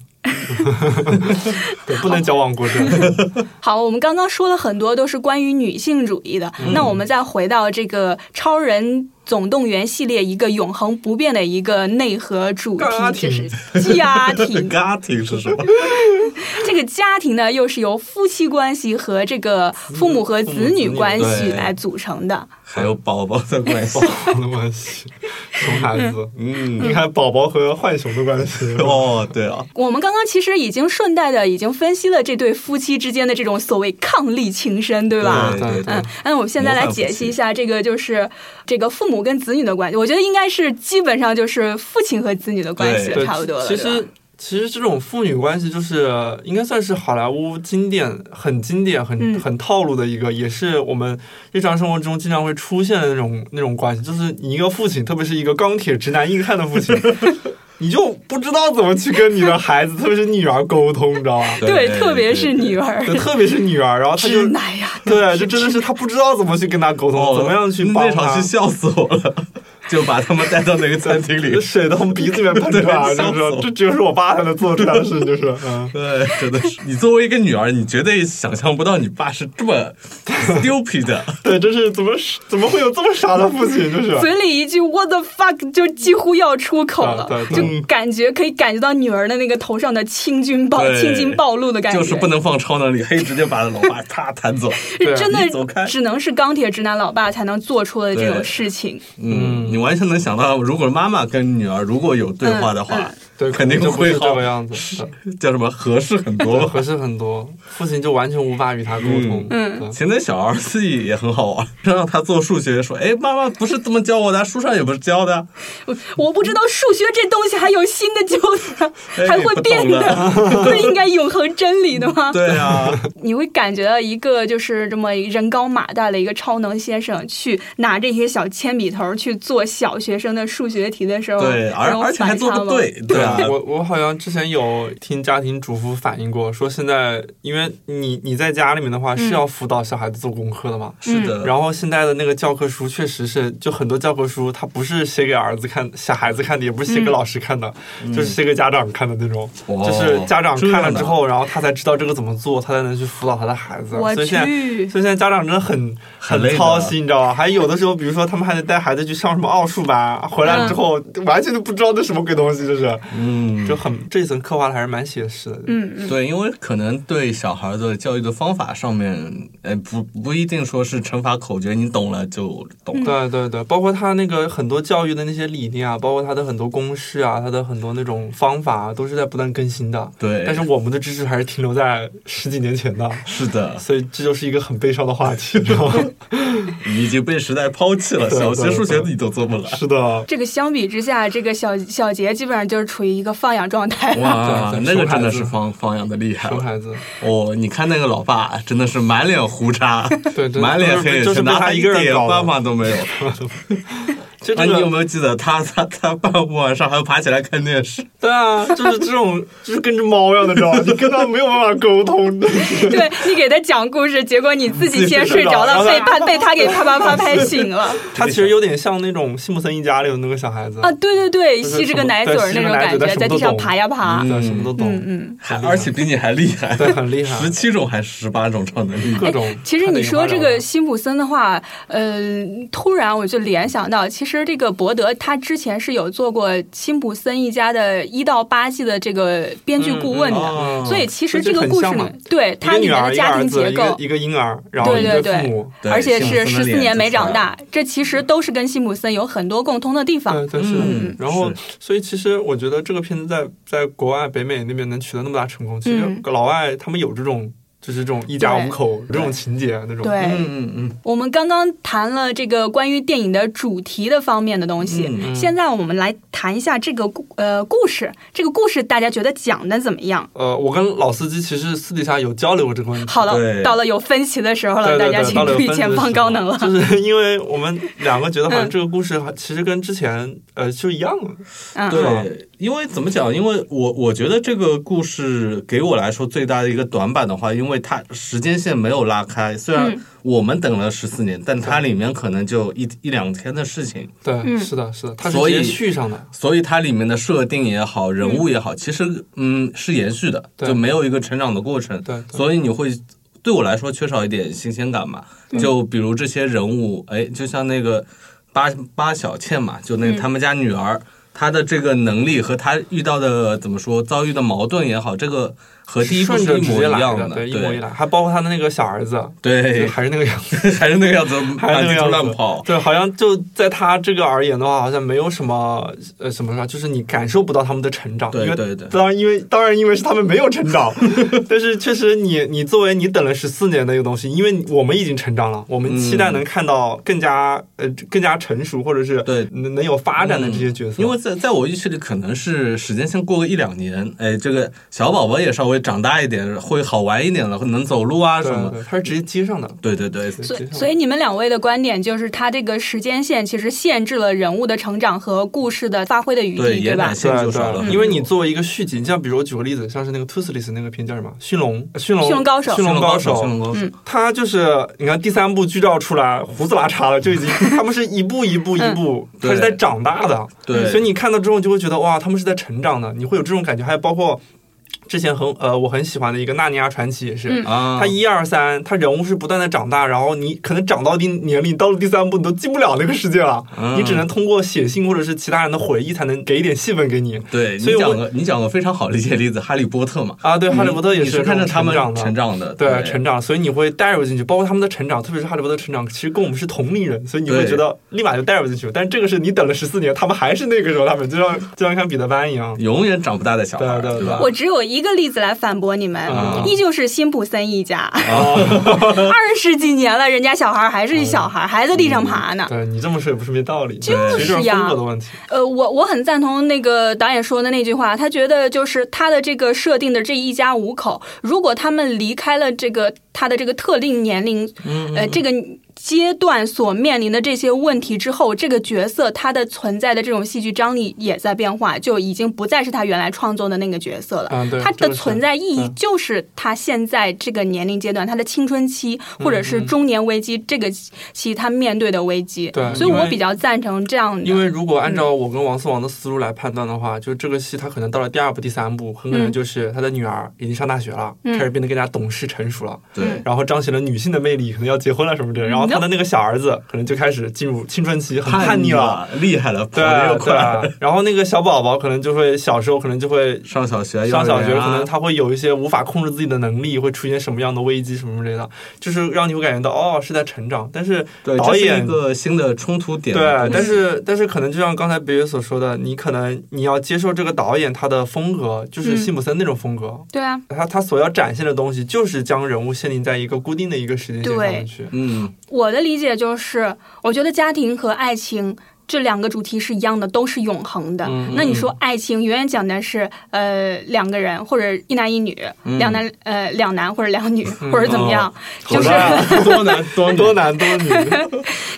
Speaker 4: 对，不能矫枉过 (laughs) 正，
Speaker 2: 好，我们刚刚说了很多都是关于女性主义的，那我们再回到这个《超人总动员》系列一个永恒不变的一个内核主题，
Speaker 4: 家庭
Speaker 2: 就是家庭。
Speaker 3: 家庭是什么？
Speaker 2: (laughs) 这个家庭呢，又是由夫妻关系和这个父母和子女关
Speaker 3: 父母子
Speaker 2: 系
Speaker 3: 女
Speaker 2: 来组成的。
Speaker 3: 还有宝宝的关系
Speaker 4: 宝，宝的关系，熊孩子，
Speaker 3: 嗯，
Speaker 4: 你看宝宝和浣熊的关 (laughs) 系，
Speaker 3: 哦，对啊，
Speaker 2: 我们刚刚其实已经顺带的已经分析了这对夫妻之间的这种所谓伉俪情深， (laughs) 对吧？
Speaker 3: 对对对
Speaker 2: 嗯，那我们现在来解析一下这个，就是这个父母跟子女的关系。我觉得应该是基本上就是父亲和子女的关系
Speaker 3: 对
Speaker 4: 对，
Speaker 2: 差不多了。
Speaker 4: 其
Speaker 2: 对
Speaker 4: 实
Speaker 2: 吧，
Speaker 4: 其实这种父女关系就是应该算是好莱坞经典、很经典、很、
Speaker 2: 嗯
Speaker 4: 很套路的一个，也是我们日常生活中经常会出现的那种那种关系，就是你一个父亲，特别是一个钢铁直男硬汉
Speaker 3: (laughs)
Speaker 4: 的父亲。你就不知道怎么去跟你的孩子，特别是女儿沟通，你知道吧？
Speaker 3: 对对对
Speaker 2: 特别是女儿
Speaker 4: 对，特别是女儿，然后他就
Speaker 2: 直男呀，
Speaker 4: 对，啊就真的是他不知道怎么去跟他沟通，
Speaker 3: 哦
Speaker 4: 怎么样去帮
Speaker 3: 那场
Speaker 4: 他，
Speaker 3: 戏，笑死我了，就把他们带到那个餐厅里
Speaker 4: 水都从鼻子里面喷出
Speaker 3: 对
Speaker 4: 来，
Speaker 3: 笑
Speaker 4: 就是
Speaker 3: 死我
Speaker 4: 说这只有是我爸才能做出来的事，情，就是嗯。
Speaker 3: 对，真的是，你作为一个女儿，你绝对想象不到你爸是这么 stupid 的。
Speaker 4: (laughs) 对，就是怎么是怎么会有这么傻的父亲？就是
Speaker 2: 嘴里一句 “what the fuck” 就几乎要出口了，
Speaker 4: 对对对
Speaker 2: 就感觉可以感觉到女儿的那个头上的青筋暴
Speaker 3: 对
Speaker 2: 青筋暴露的感觉，
Speaker 3: 就是不能放超能力，黑直接把老爸 (laughs) 啪弹走。
Speaker 4: 对啊
Speaker 2: 真
Speaker 3: 你走开
Speaker 2: 的只能是钢铁直男老爸才能做出的这种
Speaker 3: 对
Speaker 2: 事情。
Speaker 3: 嗯，你完全能想到，如果妈妈跟女儿如果有对话的
Speaker 2: 嗯
Speaker 3: 话，
Speaker 4: 对，
Speaker 3: 肯定
Speaker 4: 就不
Speaker 3: 会
Speaker 4: 是这
Speaker 3: 好
Speaker 4: 个样子，
Speaker 3: 叫什么合适很
Speaker 4: 对 (laughs)
Speaker 3: 多。
Speaker 4: 合适很多。父亲就完全无法与他沟通，
Speaker 2: 嗯
Speaker 4: 对，
Speaker 3: 前面小 R 自己也很好玩，让他做数学，说：“哎，妈妈不是这么教我的，书上也不是
Speaker 2: (laughs)
Speaker 3: 教的。
Speaker 2: 我我不知道数学这东西还有新的纠缠，
Speaker 3: 哎
Speaker 2: (laughs) 还会变
Speaker 3: 不懂
Speaker 2: 的， (laughs) 不是应该永恒真理的”吗？
Speaker 3: 对啊，
Speaker 2: 你会感觉到一个就是这么人高马大的一个超能先生，去拿这些小铅笔头去做小学生的数学题的时候，
Speaker 3: 对，而
Speaker 2: 那种
Speaker 3: 而且还做
Speaker 2: 反
Speaker 3: 不
Speaker 2: 差萌
Speaker 3: 对，， (laughs) 对啊，
Speaker 4: 嗯我我好像之前有听家庭主妇反映过，说现在因为你你在家里面的话
Speaker 3: 嗯
Speaker 4: 是要辅导小孩子做功课的嘛。
Speaker 3: 是的。
Speaker 4: 嗯然后现在的那个教科书确实是，就很多教科书，它不是写给儿子看、小孩子看的，也不是写给老师看的，
Speaker 3: 嗯
Speaker 4: 就是写给家长看的那种。
Speaker 3: 哦
Speaker 4: 就是家长看了之
Speaker 3: 这样
Speaker 4: 后，然后他才知道这个怎么做，他才能去辅导他的孩子。
Speaker 2: 我
Speaker 4: 所以现在
Speaker 2: 去
Speaker 4: 所以现在家长真的很
Speaker 3: 很累的
Speaker 4: 操心，你知道吧？还有的时候，比如说他们还得带孩子去上什么奥数班，回来之后、完全都不知道那什么鬼东西，就是，
Speaker 3: 嗯，
Speaker 4: 就很这一层刻画的还是蛮写实的。
Speaker 2: 嗯嗯，
Speaker 3: 对，因为可能对小孩的教育的方法上面，呃，不不一定说是乘法口诀，你懂了就懂
Speaker 5: 嗯
Speaker 3: 了。
Speaker 4: 对对对，包括他那个很多教育的那些理念啊，包括他的很多公式啊，他的很多那种方法、啊，都是在不断更新的。
Speaker 3: 对
Speaker 4: 但是我们的知识还是停留在十几年前
Speaker 2: 嗯
Speaker 4: 的，
Speaker 3: 是的，
Speaker 4: 所以这就是一个很悲伤的话题，知道吗？
Speaker 3: 你已经被时代抛弃了，
Speaker 4: (laughs) 对
Speaker 3: 小学
Speaker 4: 对
Speaker 3: 数学
Speaker 4: 对
Speaker 3: 你都做不来。
Speaker 4: 是的，
Speaker 2: 这个相比之下，这个小小杰基本上就是处于一个放养状态。
Speaker 3: 哇，
Speaker 4: 对对
Speaker 3: 那个
Speaker 4: 熊孩
Speaker 3: 真的
Speaker 4: 子
Speaker 3: 是放放养的厉害
Speaker 4: 熊
Speaker 3: 了
Speaker 4: 孩子，
Speaker 3: 哦！你看那个老爸，真的是满脸胡渣，
Speaker 4: 对对
Speaker 3: 满脸黑眼
Speaker 4: 就是
Speaker 3: 圈，
Speaker 4: 被
Speaker 3: 哪
Speaker 4: 他
Speaker 3: 怕
Speaker 4: 一个人
Speaker 3: 点
Speaker 4: 搞的
Speaker 3: 办法都没有。
Speaker 4: 这
Speaker 5: 就
Speaker 3: 啊，
Speaker 5: 这
Speaker 3: 你有
Speaker 5: 个
Speaker 3: 没有记得他他他半个晚上还要爬起来看电视？
Speaker 5: 对 (laughs) 啊，就是这种，就是跟只猫一样的，你知
Speaker 4: (laughs)
Speaker 5: 道吗？你跟它没有办法沟通的。
Speaker 2: (laughs) 对你给他讲故事，结果你自己先睡着了，
Speaker 5: 自
Speaker 2: 被
Speaker 5: 己睡着了
Speaker 2: 他被他给啪啪啪拍醒了。
Speaker 5: 它其实有点像那种辛普森一家里的那个小孩子
Speaker 2: 啊，对对对，
Speaker 5: 就是
Speaker 2: 吸着个
Speaker 5: 什么
Speaker 2: 奶嘴
Speaker 5: 对
Speaker 2: 儿
Speaker 5: 吸
Speaker 2: 那
Speaker 5: 着
Speaker 2: 种
Speaker 5: 奶
Speaker 2: 感
Speaker 5: 嘴
Speaker 2: 觉，
Speaker 5: 但什
Speaker 2: 在
Speaker 5: 么
Speaker 2: 地
Speaker 5: 都
Speaker 2: 上
Speaker 5: 懂
Speaker 2: 爬呀爬。
Speaker 5: 对，什么都懂，
Speaker 2: 嗯，
Speaker 3: 还而且比你还厉害，
Speaker 5: 对，很厉害，
Speaker 3: (laughs) 十七种还是十八种超能力？
Speaker 5: 各种。
Speaker 2: 哎其实你说这个辛普森的话，呃，突然我就联想到，其实这个伯德他之前是有做过辛普森一家的一到八季的这个编剧顾问的，
Speaker 5: 嗯嗯哦
Speaker 2: 所以其实
Speaker 5: 这
Speaker 2: 这
Speaker 5: 就
Speaker 2: 个
Speaker 5: 很
Speaker 2: 故事
Speaker 5: 像
Speaker 2: 里
Speaker 5: 嘛
Speaker 2: 面，对它
Speaker 5: 一
Speaker 2: 里
Speaker 5: 个
Speaker 2: 面
Speaker 5: 女儿，
Speaker 2: 的
Speaker 5: 一个
Speaker 2: 家
Speaker 5: 儿
Speaker 2: 庭
Speaker 5: 子，
Speaker 2: 结
Speaker 5: 一个
Speaker 2: 构，
Speaker 5: 一个婴儿，然后
Speaker 2: 对
Speaker 5: 一
Speaker 2: 对
Speaker 5: 对
Speaker 2: 对
Speaker 5: 父母，
Speaker 3: 对
Speaker 2: 而且
Speaker 3: 辛
Speaker 2: 是
Speaker 3: 普森
Speaker 2: 十
Speaker 3: 的
Speaker 2: 四
Speaker 3: 脸
Speaker 2: 年
Speaker 3: 就
Speaker 2: 没
Speaker 3: 出来
Speaker 2: 长
Speaker 3: 了
Speaker 2: 大，这其实都是跟辛普森有很多共通的地方
Speaker 5: 对，。对是的
Speaker 2: 嗯。
Speaker 5: 然后
Speaker 3: 是，
Speaker 5: 所以其实我觉得这个片子在在国外北美那边能取得那么大成功，其实
Speaker 2: 嗯
Speaker 5: 老外他们有这种就是这种一家五口这种情节啊那种。
Speaker 2: 对
Speaker 3: 嗯嗯
Speaker 2: 我们刚刚谈了这个关于电影的主题的方面的东西，
Speaker 3: 嗯
Speaker 5: 嗯
Speaker 2: 现在我们来谈一下这个故呃故事。这个故事大家觉得讲的怎么样？
Speaker 5: 呃，我跟老司机其实私底下有交流过这个问题。
Speaker 2: 好了，
Speaker 3: 对
Speaker 2: 到了有分歧的时候了，
Speaker 5: 对对
Speaker 2: 大家
Speaker 5: 对，到
Speaker 2: 请注
Speaker 5: 了有
Speaker 2: 意
Speaker 5: 分歧
Speaker 2: 前
Speaker 5: 的
Speaker 2: 方
Speaker 5: 时
Speaker 2: 高
Speaker 5: 候
Speaker 2: 能了。
Speaker 5: 就是因为我们两个觉得好像
Speaker 2: 嗯
Speaker 5: 这个故事好其实跟之前呃就一样了，
Speaker 2: 嗯，
Speaker 3: 对，因为怎么讲？因为我我觉得这个故事给我来说最大的一个短板的话，因为它时间线没有拉开。虽然
Speaker 2: 嗯
Speaker 3: 我们等了十四年，但它里面可能就一一两天的事情，
Speaker 5: 对，
Speaker 2: 嗯
Speaker 5: 是的，是的，它是
Speaker 3: 所
Speaker 5: 直
Speaker 3: 以
Speaker 5: 接续上的，
Speaker 3: 所以它里面的设定也好，人物也好，其实嗯是延续的，
Speaker 5: 嗯对
Speaker 3: 就没有一个成长的过程。
Speaker 5: 对对
Speaker 3: 所以你会对我来说缺少一点新鲜感嘛？就比如这些人物，哎，就像那个八八小倩嘛，就那
Speaker 2: 嗯
Speaker 3: 他们家女儿，她的这个能力和她遇到的怎么说遭遇的矛盾也好，这个和第一部
Speaker 5: 顺着
Speaker 3: 是一
Speaker 5: 直
Speaker 3: 模
Speaker 5: 接
Speaker 3: 一
Speaker 5: 来
Speaker 3: 样
Speaker 5: 的，
Speaker 3: 的，
Speaker 5: 对，一模一样，还包括他的那个小儿子，就
Speaker 3: 对， (laughs)
Speaker 5: 还是那个样子，
Speaker 3: 还是那个样子，
Speaker 5: 还是
Speaker 3: 满
Speaker 5: 那个
Speaker 3: 处
Speaker 5: 样子，
Speaker 3: 乱跑。
Speaker 5: 对，好像就在他这个而言的话，好像没有什么呃什么说，就是你感受不到他们的成长，
Speaker 3: 对
Speaker 5: 因为
Speaker 3: 对对
Speaker 5: 当然因为当然因为是他们没有成长，但是确实你你作为你等了十四年的一个东西，因为你我们已经成长了，我们期待
Speaker 3: 嗯
Speaker 5: 能看到更加呃更加成熟或者是
Speaker 3: 对嗯
Speaker 5: 能能有发展的这些角色，
Speaker 3: 因为在在我预期里，可能是时间先过个一两年，哎，这个小宝宝也稍微长大一点，会好玩一点了，会能走路啊什
Speaker 5: 对
Speaker 3: 么。
Speaker 5: 对，他是直接接上的。
Speaker 3: 对对对，
Speaker 2: 所
Speaker 5: 接
Speaker 2: 以
Speaker 5: 上，的
Speaker 2: 所以你们两位的观点就是，它这个时间线其实限制了人物的成长和故事的发挥的余地，
Speaker 3: 对
Speaker 2: 对啊
Speaker 3: 也
Speaker 2: 吧
Speaker 3: 蛮？限制少了很多，
Speaker 5: 因为你作为一个续集，你像比如我举个例子，像是那个 Toothless 那个片叫什么？驯龙，驯龙，
Speaker 2: 驯龙高手嗯
Speaker 5: 驯龙高
Speaker 3: 驯
Speaker 5: 手
Speaker 3: 龙，高手，
Speaker 5: 他就是你看第三部剧照出来，胡子拉碴的，就已
Speaker 2: (laughs)
Speaker 5: 经他们是一步一步一步，
Speaker 2: 嗯
Speaker 5: 他是在长大的，
Speaker 3: 对
Speaker 5: 所以你看到之后你就会觉得哇，他们是在成长的，你会有这种感觉，还有包括。之前很呃，我很喜欢的一个《纳尼亚传奇》也是
Speaker 2: 嗯，
Speaker 3: 啊
Speaker 5: 他、，一二三，他人物是不断的长大，然后你可能长到一定年龄，到了第三部你都进不了那个世界了，
Speaker 3: 嗯
Speaker 5: 你只能通过写信或者是其他人的回忆才能给一点戏份给你。
Speaker 3: 对你
Speaker 5: 所以我
Speaker 3: 讲个你讲个非常好理解的例子，《哈利波特》嘛，
Speaker 5: 啊，对，哈利波特也
Speaker 3: 你是看着
Speaker 5: 这种
Speaker 3: 他们
Speaker 5: 长的，
Speaker 3: 长的，
Speaker 5: 对成长，所以你会带入进去，包括他们的成长，特别是哈利波特成长，其实跟我们是同龄人，所以你会
Speaker 3: 对
Speaker 5: 觉得立马就带入进去。但这个是你等了十四年，他们还是那个时候，他们就像就像看彼得班一样。
Speaker 3: 永远长不大的小孩，
Speaker 5: 对对
Speaker 3: 吧？
Speaker 2: 我只有一个例子来反驳你们，
Speaker 5: 啊哦
Speaker 2: 依旧是辛普森一家，
Speaker 3: 啊，
Speaker 2: (laughs) 二十几年了，人家小孩还是小
Speaker 5: 嗯
Speaker 2: 孩，还在地上爬呢。
Speaker 5: 对你这么说也不是没道理，就
Speaker 2: 就是
Speaker 5: 其实是
Speaker 2: 呀
Speaker 5: 风格的问题。
Speaker 2: 呃，我我很赞同那个导演说的那句话，他觉得就是他的这个设定的这一家五口，如果他们离开了这个他的这个特定年龄，
Speaker 5: 嗯
Speaker 2: 呃，这个阶段所面临的这些问题之后，这个角色他的存在的这种戏剧张力也在变化，就已经不再是他原来创作的那个角色了。
Speaker 5: 啊，对，
Speaker 2: 它
Speaker 5: 这
Speaker 2: 的
Speaker 5: 个是
Speaker 2: 存在意义
Speaker 5: 嗯
Speaker 2: 就是他现在这个年龄阶段，他的青春期
Speaker 5: 嗯
Speaker 2: 或者是中年危机这个期他面对的危机，
Speaker 5: 对
Speaker 2: 所以
Speaker 5: 因
Speaker 2: 我
Speaker 5: 为
Speaker 2: 比较赞成这样的。
Speaker 5: 因为如果按
Speaker 2: 嗯
Speaker 5: 照我跟王思王的思路来判断的话，就这个戏他可能到了第二部、第三部，很可能
Speaker 2: 嗯
Speaker 5: 就是他的女儿已经上大学了，
Speaker 2: 嗯
Speaker 5: 开始变得更加懂事成熟了，
Speaker 3: 对
Speaker 5: 然后彰显了女性的魅力，可能要结婚了什么之类的。然后他的
Speaker 2: 嗯
Speaker 5: 那个小儿子可能就开始进入青春期，很叛逆了。，
Speaker 3: 厉害了，跑
Speaker 5: 对
Speaker 3: 得又快，
Speaker 5: 对，然后那个小宝宝可能就会小时候可能就会
Speaker 3: 上小学，幼
Speaker 5: 上小
Speaker 3: 儿
Speaker 5: 学，
Speaker 3: 园啊
Speaker 5: 可能他会有一些无法控制自己的能力，会出现什么样的危机什么之类的，就是让你会感觉到哦是在成长。但是
Speaker 3: 对，
Speaker 5: 导
Speaker 3: 这是
Speaker 5: 演
Speaker 3: 一个新的冲突点，
Speaker 5: 对，但
Speaker 3: 是
Speaker 5: 是但是可能就像刚才北野所说的，你可能你要接受这个导演他的风格，就是
Speaker 2: 嗯
Speaker 5: 辛普森那种风格，
Speaker 2: 对啊，
Speaker 5: 他他所要展现的东西就是将人物限定在一个固定的一个时间线上
Speaker 2: 对
Speaker 5: (laughs) 面去。
Speaker 3: 嗯，
Speaker 2: 我的理解就是，我觉得家庭和爱情这两个主题是一样的，都是永恒的。
Speaker 5: 嗯嗯
Speaker 2: 那你说爱情永远讲的是呃两个人或者一男一女，
Speaker 5: 嗯
Speaker 2: 两男呃两男或者两女、或者怎么
Speaker 5: 哦
Speaker 2: 样，就
Speaker 3: 好
Speaker 2: 是
Speaker 3: 吧 (laughs) 多难多
Speaker 5: 多
Speaker 3: 难。
Speaker 5: 男多女，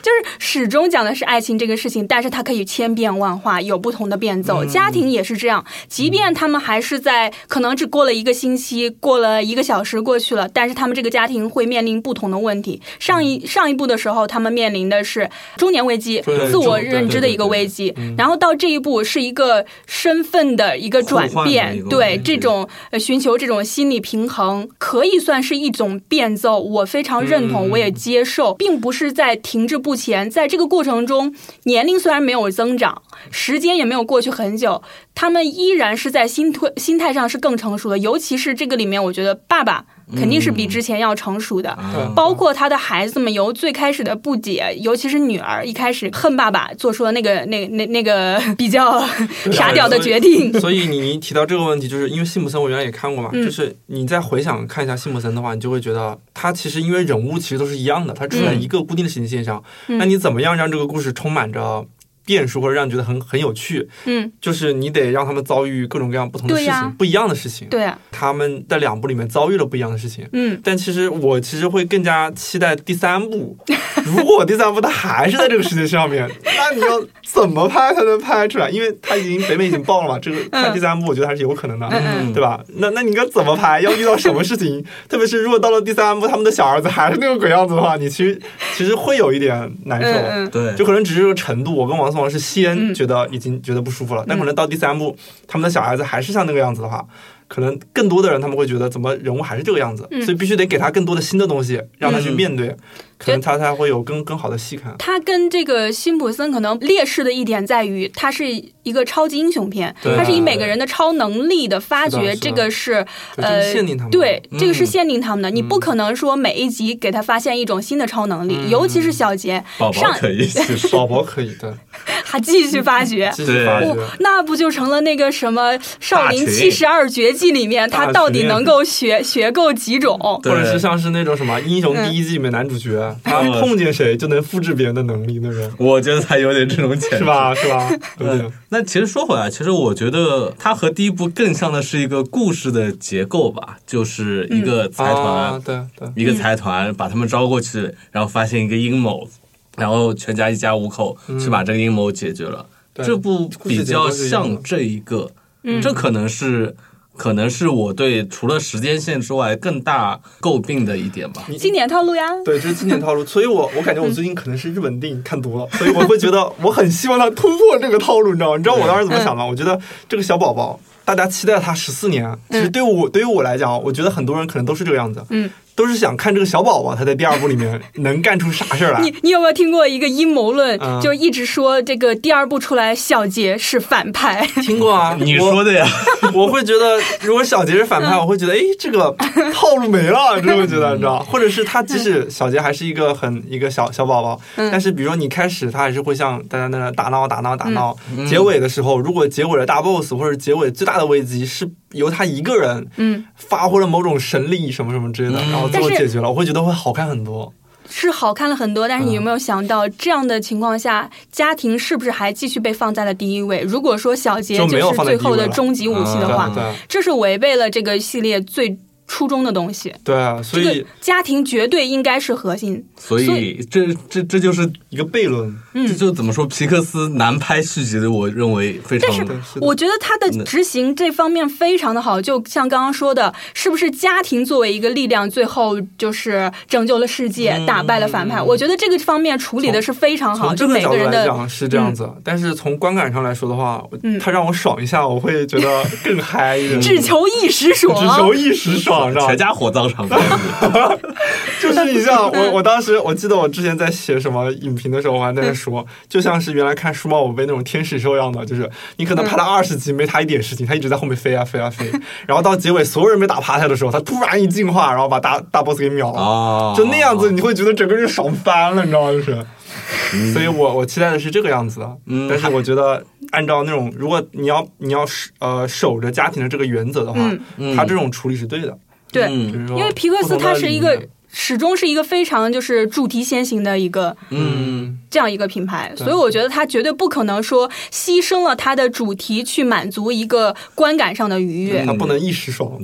Speaker 2: 就是始终讲的是爱情这个事情，但是它可以千变万化，有不同的变奏。家庭也是这样，即便他们还是在可能只过了一个星期，过了一个小时过去了，但是他们这个家庭会面临不同的问题。上一上一步的时候，他们面临的是嗯中年危机
Speaker 5: 对，
Speaker 2: 自我
Speaker 3: 中
Speaker 2: 认知的一个危机，然后到这一步是一个身份的一个转
Speaker 3: 互换的一
Speaker 2: 变
Speaker 3: 个，
Speaker 2: 对
Speaker 3: 问题
Speaker 2: 这种呃寻求这种心理平衡，可以算是一种变奏，我非常认
Speaker 3: 嗯
Speaker 2: 同，我也接受，并不是在停滞不前。在这个过程中，年龄虽然没有增长，时间也没有过去很久，他们依然是在心推心态上是更成熟的。尤其是这个里面，我觉得爸爸
Speaker 3: 嗯
Speaker 2: 肯定是比之前要成熟的。
Speaker 3: 啊
Speaker 5: 对
Speaker 2: 包括他的孩子们，由最开始的不解，尤其是女儿一开始恨爸爸做出了那个、那、那、那个比较 (laughs)
Speaker 3: 啊
Speaker 2: 傻屌的决定，
Speaker 5: 所以你你提到这个问题，就是因为辛普森我原来也看过嘛，
Speaker 2: 嗯
Speaker 5: 就是你再回想看一下辛普森的话，你就会觉得他其实因为人物其实都是一样的，他处在一个固定的情境上，
Speaker 2: 嗯
Speaker 5: 那你怎么样让这个故事充满着？变数或者让你觉得很很有趣，
Speaker 2: 嗯，
Speaker 5: 就是你得让他们遭遇各种各样不同的事
Speaker 2: 对
Speaker 5: 情，
Speaker 2: 呀
Speaker 5: 不一样的事情。
Speaker 2: 对啊，
Speaker 5: 他们在两部里面遭遇了不一样的事情，
Speaker 2: 嗯，
Speaker 5: 但其实我其实会更加期待第三部。如果第三部它还是在这个世界上面，那你要怎么拍才能拍出来？因为它已经北美已经爆了嘛，这个
Speaker 4: 嗯
Speaker 5: 拍第三部我觉得还是有可能的，
Speaker 2: 嗯
Speaker 5: 对吧？那那你应该怎么拍？要遇到什么
Speaker 4: (laughs)
Speaker 5: 事情？特别是如果到了第三部，他们的小儿子还是那个鬼样子的话，你其实其实会有一点难受。
Speaker 2: 嗯嗯，
Speaker 3: 对，
Speaker 5: 就可能只是这个程度，我跟王思王是先
Speaker 2: 嗯
Speaker 5: 觉得已经觉得不舒服了，但可能到第三部，他们的小孩子还是像那个样子的话，可能更多的人他们会觉得怎么人物还是这个样子，
Speaker 2: 嗯
Speaker 5: 所以必须得给他更多的新的东西，让他去
Speaker 3: 嗯
Speaker 5: 面对，可能他才会有更更好的戏看。
Speaker 2: 他跟这个辛普森可能劣势的一点在于，它是一个超级英雄片，
Speaker 5: 对啊
Speaker 2: 它是以每个人的超能力的发
Speaker 5: 是的
Speaker 2: 掘，
Speaker 5: 是的
Speaker 2: 这个是
Speaker 5: 就这
Speaker 2: 呃
Speaker 5: 个限定他们，
Speaker 2: 对，这个是
Speaker 3: 嗯
Speaker 2: 限定他们的，你不可能说每一集给他发现一种新的超能力，
Speaker 5: 嗯
Speaker 2: 尤其是小杰
Speaker 3: 宝宝
Speaker 2: 上
Speaker 3: 可以去说。
Speaker 5: 宝宝可以 (laughs) 的，
Speaker 2: 还继续发
Speaker 5: (laughs)
Speaker 2: 掘。
Speaker 5: 继续发
Speaker 3: 对
Speaker 5: 掘
Speaker 2: 不。，那不就成了那个什么《少林
Speaker 3: 大群
Speaker 2: 七十二绝技》里面，
Speaker 5: 大
Speaker 2: 他到底
Speaker 5: 群
Speaker 2: 能够学学够几种？
Speaker 3: 对
Speaker 5: 或者是像是那种什么英雄第一季里面男主角，他
Speaker 3: 嗯
Speaker 5: 碰见谁就能复制别人的能力那种，
Speaker 3: (laughs) 我觉得他有点这种潜质
Speaker 5: 是？吧？是
Speaker 3: (laughs)
Speaker 5: 吧？有点
Speaker 3: 嗯，那其实说回来，其实我觉得它和第一部更像的是一个故事的结构吧，就是一个财团，
Speaker 5: 啊，对对，
Speaker 3: 一个财团把他们招过去，然后发现一个阴谋，然后全家一家五口去把这个阴谋解决了。
Speaker 5: 嗯对
Speaker 3: 这部比较
Speaker 5: 故事结构是一样的
Speaker 3: 像这一个，这可能是可能是我对除了时间线之外更大诟病的一点吧。
Speaker 2: 经典套路呀。
Speaker 5: (laughs) 对，这是经典套路，所以我我感觉我最近可能是日本电影看多了，所以我会觉得我很希望他突破这个套路，你知道吗？你知道我当时怎么想吗？我觉得这个小宝宝，大家期待他十四年，啊其实对我对于我来讲，我觉得很多人可能都是这个样子，
Speaker 2: 嗯，
Speaker 5: 都是想看这个小宝宝他在第二部里面能干出啥事儿来。
Speaker 2: 你你有没有听过一个阴谋论
Speaker 5: 嗯，
Speaker 2: 就一直说这个第二部出来小杰是反派？ (laughs)
Speaker 5: 听过啊？
Speaker 3: 你说的呀，
Speaker 5: (laughs) 我，我会觉得，如果小杰是反派，
Speaker 2: 嗯
Speaker 5: 我会觉得，哎，这个套路没了，
Speaker 2: (laughs)
Speaker 5: 真的会觉得，你知道吗？或者是他，即
Speaker 2: 嗯
Speaker 5: 使小杰还是一个很一个小小宝宝，但是比如说你开始，他还是会像大家那样打闹、打闹、打闹。
Speaker 2: 嗯
Speaker 5: 结尾的时候，如果结尾的大 boss 或者结尾最大的危机是由他一个人，
Speaker 2: 嗯，
Speaker 5: 发挥了某种神力什么什么之类的，然后最后
Speaker 2: 但是
Speaker 5: 解决了，我会觉得会好看很多。
Speaker 2: 是好看了很多，但是你有没有想到，这样的情况下，家庭是不是还继续被放在了第一位？如果说小杰
Speaker 5: 就
Speaker 2: 就
Speaker 5: 没有
Speaker 2: 是
Speaker 5: 放在
Speaker 2: 最
Speaker 5: 第一位
Speaker 2: 后的
Speaker 5: 了
Speaker 2: 终极武器的
Speaker 3: 嗯
Speaker 2: 话
Speaker 5: 对，对
Speaker 2: 这是违背了这个系列最初衷的东西。
Speaker 5: 对，啊所
Speaker 2: 这
Speaker 5: 以
Speaker 2: 个家庭绝对应该是核心，
Speaker 3: 所
Speaker 2: 所
Speaker 3: 以这这这就是
Speaker 5: 一个悖论。
Speaker 2: 嗯
Speaker 3: 这就怎么说？皮克斯难拍续集的，我认为非常。
Speaker 5: 对，是的。嗯
Speaker 2: 我觉得他的执行这方面非常的好，就像刚刚说的，是不是家庭作为一个力量，最后就是拯救了世界，打败了反派？我觉得这个方面处理的是非常好，
Speaker 5: 嗯从
Speaker 2: 啊就
Speaker 5: 这个
Speaker 2: 每
Speaker 5: 角
Speaker 2: 个
Speaker 5: 度
Speaker 2: 人
Speaker 5: 来
Speaker 2: 的
Speaker 5: 讲是这样子，但是从观感上来说的话，我
Speaker 2: 嗯
Speaker 5: 它让我爽一下，我会觉得更嗨一点。
Speaker 2: 只求一时
Speaker 5: 只嗯求
Speaker 2: 爽。
Speaker 5: 一时爽，是吧
Speaker 3: 全？家火葬场
Speaker 5: (laughs) 就是你像
Speaker 2: 嗯
Speaker 5: 我，
Speaker 4: 嗯
Speaker 5: 我当时我记得我之前在写什么影评的时候，我还
Speaker 2: 嗯
Speaker 5: 在那说，就像是原来看《数码宝贝》那种天使兽一样的，就是
Speaker 2: 嗯
Speaker 5: 你可能拍了二十集没他一点事情，他一直在后面飞啊飞啊飞，然后到结尾所有人被打趴下的时候，他突然一进化，然后把大大 boss 给秒了。
Speaker 3: 啊
Speaker 5: 就那
Speaker 2: 哦
Speaker 5: 样子，
Speaker 3: (laughs)
Speaker 5: 你会觉得整个人爽翻了，你知道吗？就是，所以我我期待的是这个样子的。
Speaker 3: 嗯
Speaker 5: 但是我觉得，按照那种，如果你要你要是呃守着家庭的这个原则的话，
Speaker 3: 嗯
Speaker 5: 他这种处理是对的。
Speaker 2: 对，
Speaker 5: 比
Speaker 3: 嗯
Speaker 5: 如说，
Speaker 2: 因为皮克斯他是一
Speaker 5: 不
Speaker 2: 个
Speaker 5: 同的理念
Speaker 2: 始终是一个非常就是主题先行的一个
Speaker 3: 嗯，
Speaker 2: 这样一个品牌，
Speaker 5: 对
Speaker 2: 所以我觉得它绝对不可能说牺牲了它的主题去满足一个观感上的愉悦。
Speaker 5: 它不能一时 (laughs) 爽。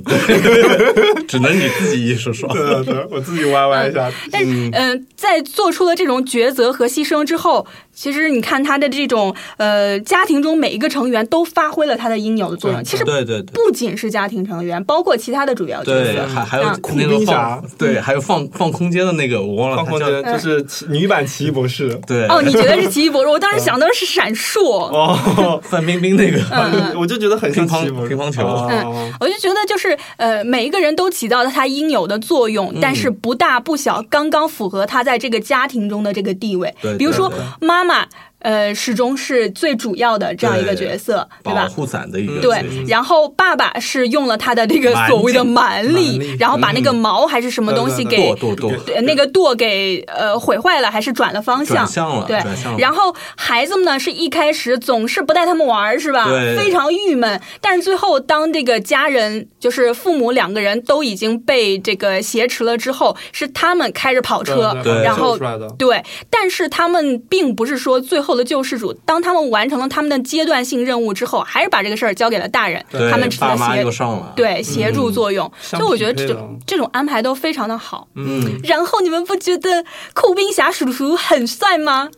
Speaker 3: 只能你自己一时爽。 (laughs)
Speaker 5: 对对对，我自己歪歪一下。
Speaker 2: 但是，嗯、在做出了这种抉择和牺牲之后，其实你看他的这种呃家庭中每一个成员都发挥了他的应有的作用。
Speaker 5: 对
Speaker 2: 其实
Speaker 3: 对对对。
Speaker 2: 不仅是家庭成员，包括其他的主要角
Speaker 3: 对，
Speaker 2: 色。
Speaker 3: 还还有
Speaker 2: 嗯
Speaker 3: 那
Speaker 5: 苦
Speaker 3: 个放
Speaker 5: 兵侠，嗯
Speaker 3: 对，还有放放空间的那个，我忘了
Speaker 5: 放
Speaker 3: 他
Speaker 5: 空
Speaker 3: 叫
Speaker 5: 间就是奇女版奇异博士。
Speaker 3: 对，
Speaker 2: 哦，你觉得是奇异博
Speaker 3: (laughs) 嗯
Speaker 2: 士？我当时想的是闪烁。
Speaker 5: 哦，
Speaker 3: 范冰冰那个，
Speaker 2: 嗯
Speaker 5: 我就觉得很像
Speaker 3: 乒乓
Speaker 5: 奇异博士
Speaker 3: 乒乓球
Speaker 5: 哦
Speaker 2: 我就觉得就是呃，每一个人都起到了他应有的作用，
Speaker 3: 嗯
Speaker 2: 但是不大不小，刚刚符合他在这个家庭中的这个地位。
Speaker 3: 对
Speaker 2: 比如说
Speaker 3: 对
Speaker 2: 妈妈，呃，始终是最主要的这样一个角色，对吧
Speaker 3: 保？护伞的一个，
Speaker 2: 对，然后爸爸是用了他的这个
Speaker 3: 蛮力
Speaker 2: 所谓的蛮力，
Speaker 5: 蛮力
Speaker 2: 然后把那个矛还是什么东西
Speaker 5: 对对
Speaker 2: 给
Speaker 3: 嗯剁剁剁，
Speaker 2: 呃那个舵给呃毁坏了，还是转了方向？
Speaker 3: 转向了
Speaker 2: 对
Speaker 3: 转向了
Speaker 2: 然后孩子们呢，是一开始总是不带他们玩儿，是吧？
Speaker 3: 对
Speaker 2: 非常郁闷。但是最后，当这个家人就是父母两个人都已经被这个挟持了之后，是他们开着跑车，
Speaker 5: 对
Speaker 3: 对
Speaker 2: 然后
Speaker 5: 出来的 (laughs)
Speaker 2: 对，但是他们并不是说最后的救世主。当他们完成了他们的阶段性任务之后，还是把这个事儿交给了大人，
Speaker 3: 对，
Speaker 2: 他们只
Speaker 3: 爸
Speaker 2: 在
Speaker 3: 妈
Speaker 2: 协
Speaker 3: 又上了，，
Speaker 2: 对协助作用。
Speaker 5: 嗯相
Speaker 2: 所以我觉得
Speaker 5: 匹配
Speaker 2: 这
Speaker 5: 的
Speaker 2: 种这种安排都非常的好。
Speaker 3: 嗯，
Speaker 2: 然后你们不觉得酷冰侠叔叔很帅吗？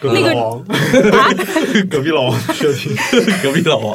Speaker 5: 隔壁
Speaker 2: 那个
Speaker 5: 老 (laughs) 王，隔壁老王视频，
Speaker 3: 隔壁老王，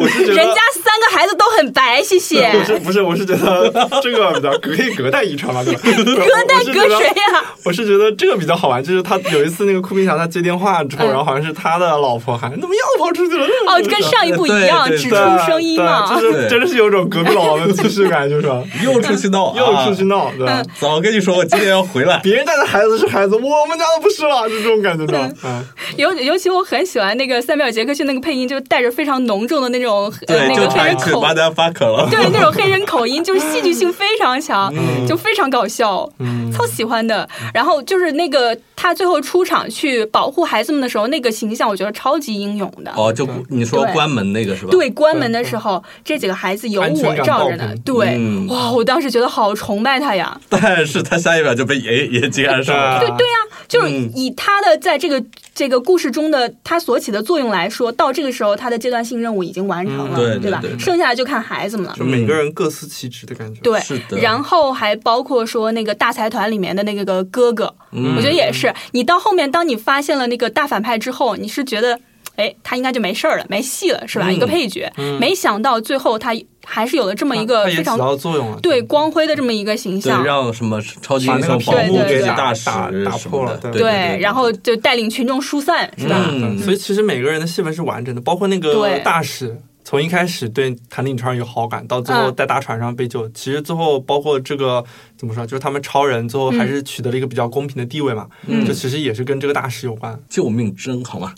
Speaker 5: 我是觉
Speaker 2: 人
Speaker 5: 得
Speaker 2: 家三个孩子都很白，谢谢。
Speaker 5: 我是不是我是觉得这个比较可以隔代遗传吧，对吧？隔
Speaker 2: 隔代隔谁呀、
Speaker 5: 我是觉得这个比较好玩，就是他有一次那个酷冰侠他接电话之后，
Speaker 2: 嗯
Speaker 5: 然后好像是他的老婆喊你怎么又跑出去了？
Speaker 2: 哦，跟上一部一
Speaker 3: 对
Speaker 2: 样，
Speaker 3: 对
Speaker 2: 只出
Speaker 5: 对
Speaker 2: 声音嘛。
Speaker 5: 对就
Speaker 3: 对
Speaker 5: 是真的是有种隔壁老王的既视感，就是
Speaker 3: (laughs)
Speaker 5: 吧
Speaker 3: 又出去闹，
Speaker 5: (laughs) 又出去
Speaker 3: 啊，
Speaker 5: 闹，对吧？
Speaker 3: 早跟你说，我今天要回来，
Speaker 5: 别人家的孩子是孩子，我们家的不是了，就这种感觉，对吧？嗯，
Speaker 2: 尤尤其我很喜欢那个塞缪尔·杰克逊那个配音，就带着非常浓重的那种呃
Speaker 3: 对，
Speaker 2: 那
Speaker 3: 就
Speaker 2: 个黑
Speaker 3: 差一
Speaker 2: 人
Speaker 3: 句
Speaker 2: 口
Speaker 3: 把大家发可了，
Speaker 2: 对那种黑人口音，就是戏剧性非常强，
Speaker 3: 嗯
Speaker 2: 就非常搞笑，超喜欢的。然后就是那个他最后出场去保护孩子们的时候，那个形象我觉得超级英勇的。
Speaker 3: 哦，就你说
Speaker 2: 对
Speaker 3: 关门那个是吧？
Speaker 2: 对，关门的时候，这几个孩子有
Speaker 5: 安全
Speaker 2: 我
Speaker 5: 感
Speaker 2: 罩
Speaker 5: 爆
Speaker 2: 着呢
Speaker 5: 棚。
Speaker 2: 对，
Speaker 3: 嗯
Speaker 2: 哇，我当时觉得好崇拜他呀！
Speaker 3: (laughs) 但是他下一秒就被也也接暗上了，
Speaker 5: 对
Speaker 2: 对呀、就是
Speaker 3: 嗯
Speaker 2: 以他的在这个这个故事中的他所起的作用来说，到这个时候他的阶段性任务已经完成了，
Speaker 3: 嗯对对
Speaker 2: 吧？
Speaker 3: 对对
Speaker 2: 剩下的就看孩子们了。
Speaker 5: 就每个人各司其职的感觉。
Speaker 2: 对
Speaker 3: 是，的
Speaker 2: 然后还包括说那个大财团里面的那个个哥哥，
Speaker 3: 嗯
Speaker 2: 我觉得也是。你到后面，当你发现了那个大反派之后，你是觉得，哎，他应该就没事儿了，没戏了，是吧？
Speaker 3: 嗯
Speaker 2: 一个配角，没想到最后他还是有了这么
Speaker 5: 他，
Speaker 2: 一个
Speaker 5: 他也
Speaker 2: 非
Speaker 5: 起
Speaker 2: 常
Speaker 5: 到作用了。
Speaker 2: 对光辉的这么一个形
Speaker 3: 对，
Speaker 2: 象。
Speaker 3: 让什么超级
Speaker 5: 把
Speaker 3: 英
Speaker 5: 那
Speaker 3: 雄
Speaker 5: 个屏
Speaker 3: 保护
Speaker 2: 幕
Speaker 3: 给
Speaker 2: 给
Speaker 3: 大
Speaker 5: 打
Speaker 3: 使
Speaker 5: 打打
Speaker 3: 什么
Speaker 5: 破
Speaker 3: 的
Speaker 5: 了对
Speaker 3: 对对，
Speaker 2: 然后就带领群众疏散，是吧？
Speaker 3: 嗯
Speaker 5: 所以其实每个人的戏份是完整的，包括那个
Speaker 2: 对
Speaker 5: 大使，从一开始对谭令川有好感，到最后
Speaker 2: 嗯
Speaker 5: 在大船上被救，其实最后包括这个怎么说，啊就是他们超人最后还是取得了一个比较公平的地位嘛，
Speaker 2: 嗯
Speaker 5: 就其实也是跟这个大使有关。
Speaker 3: 救命针好吗？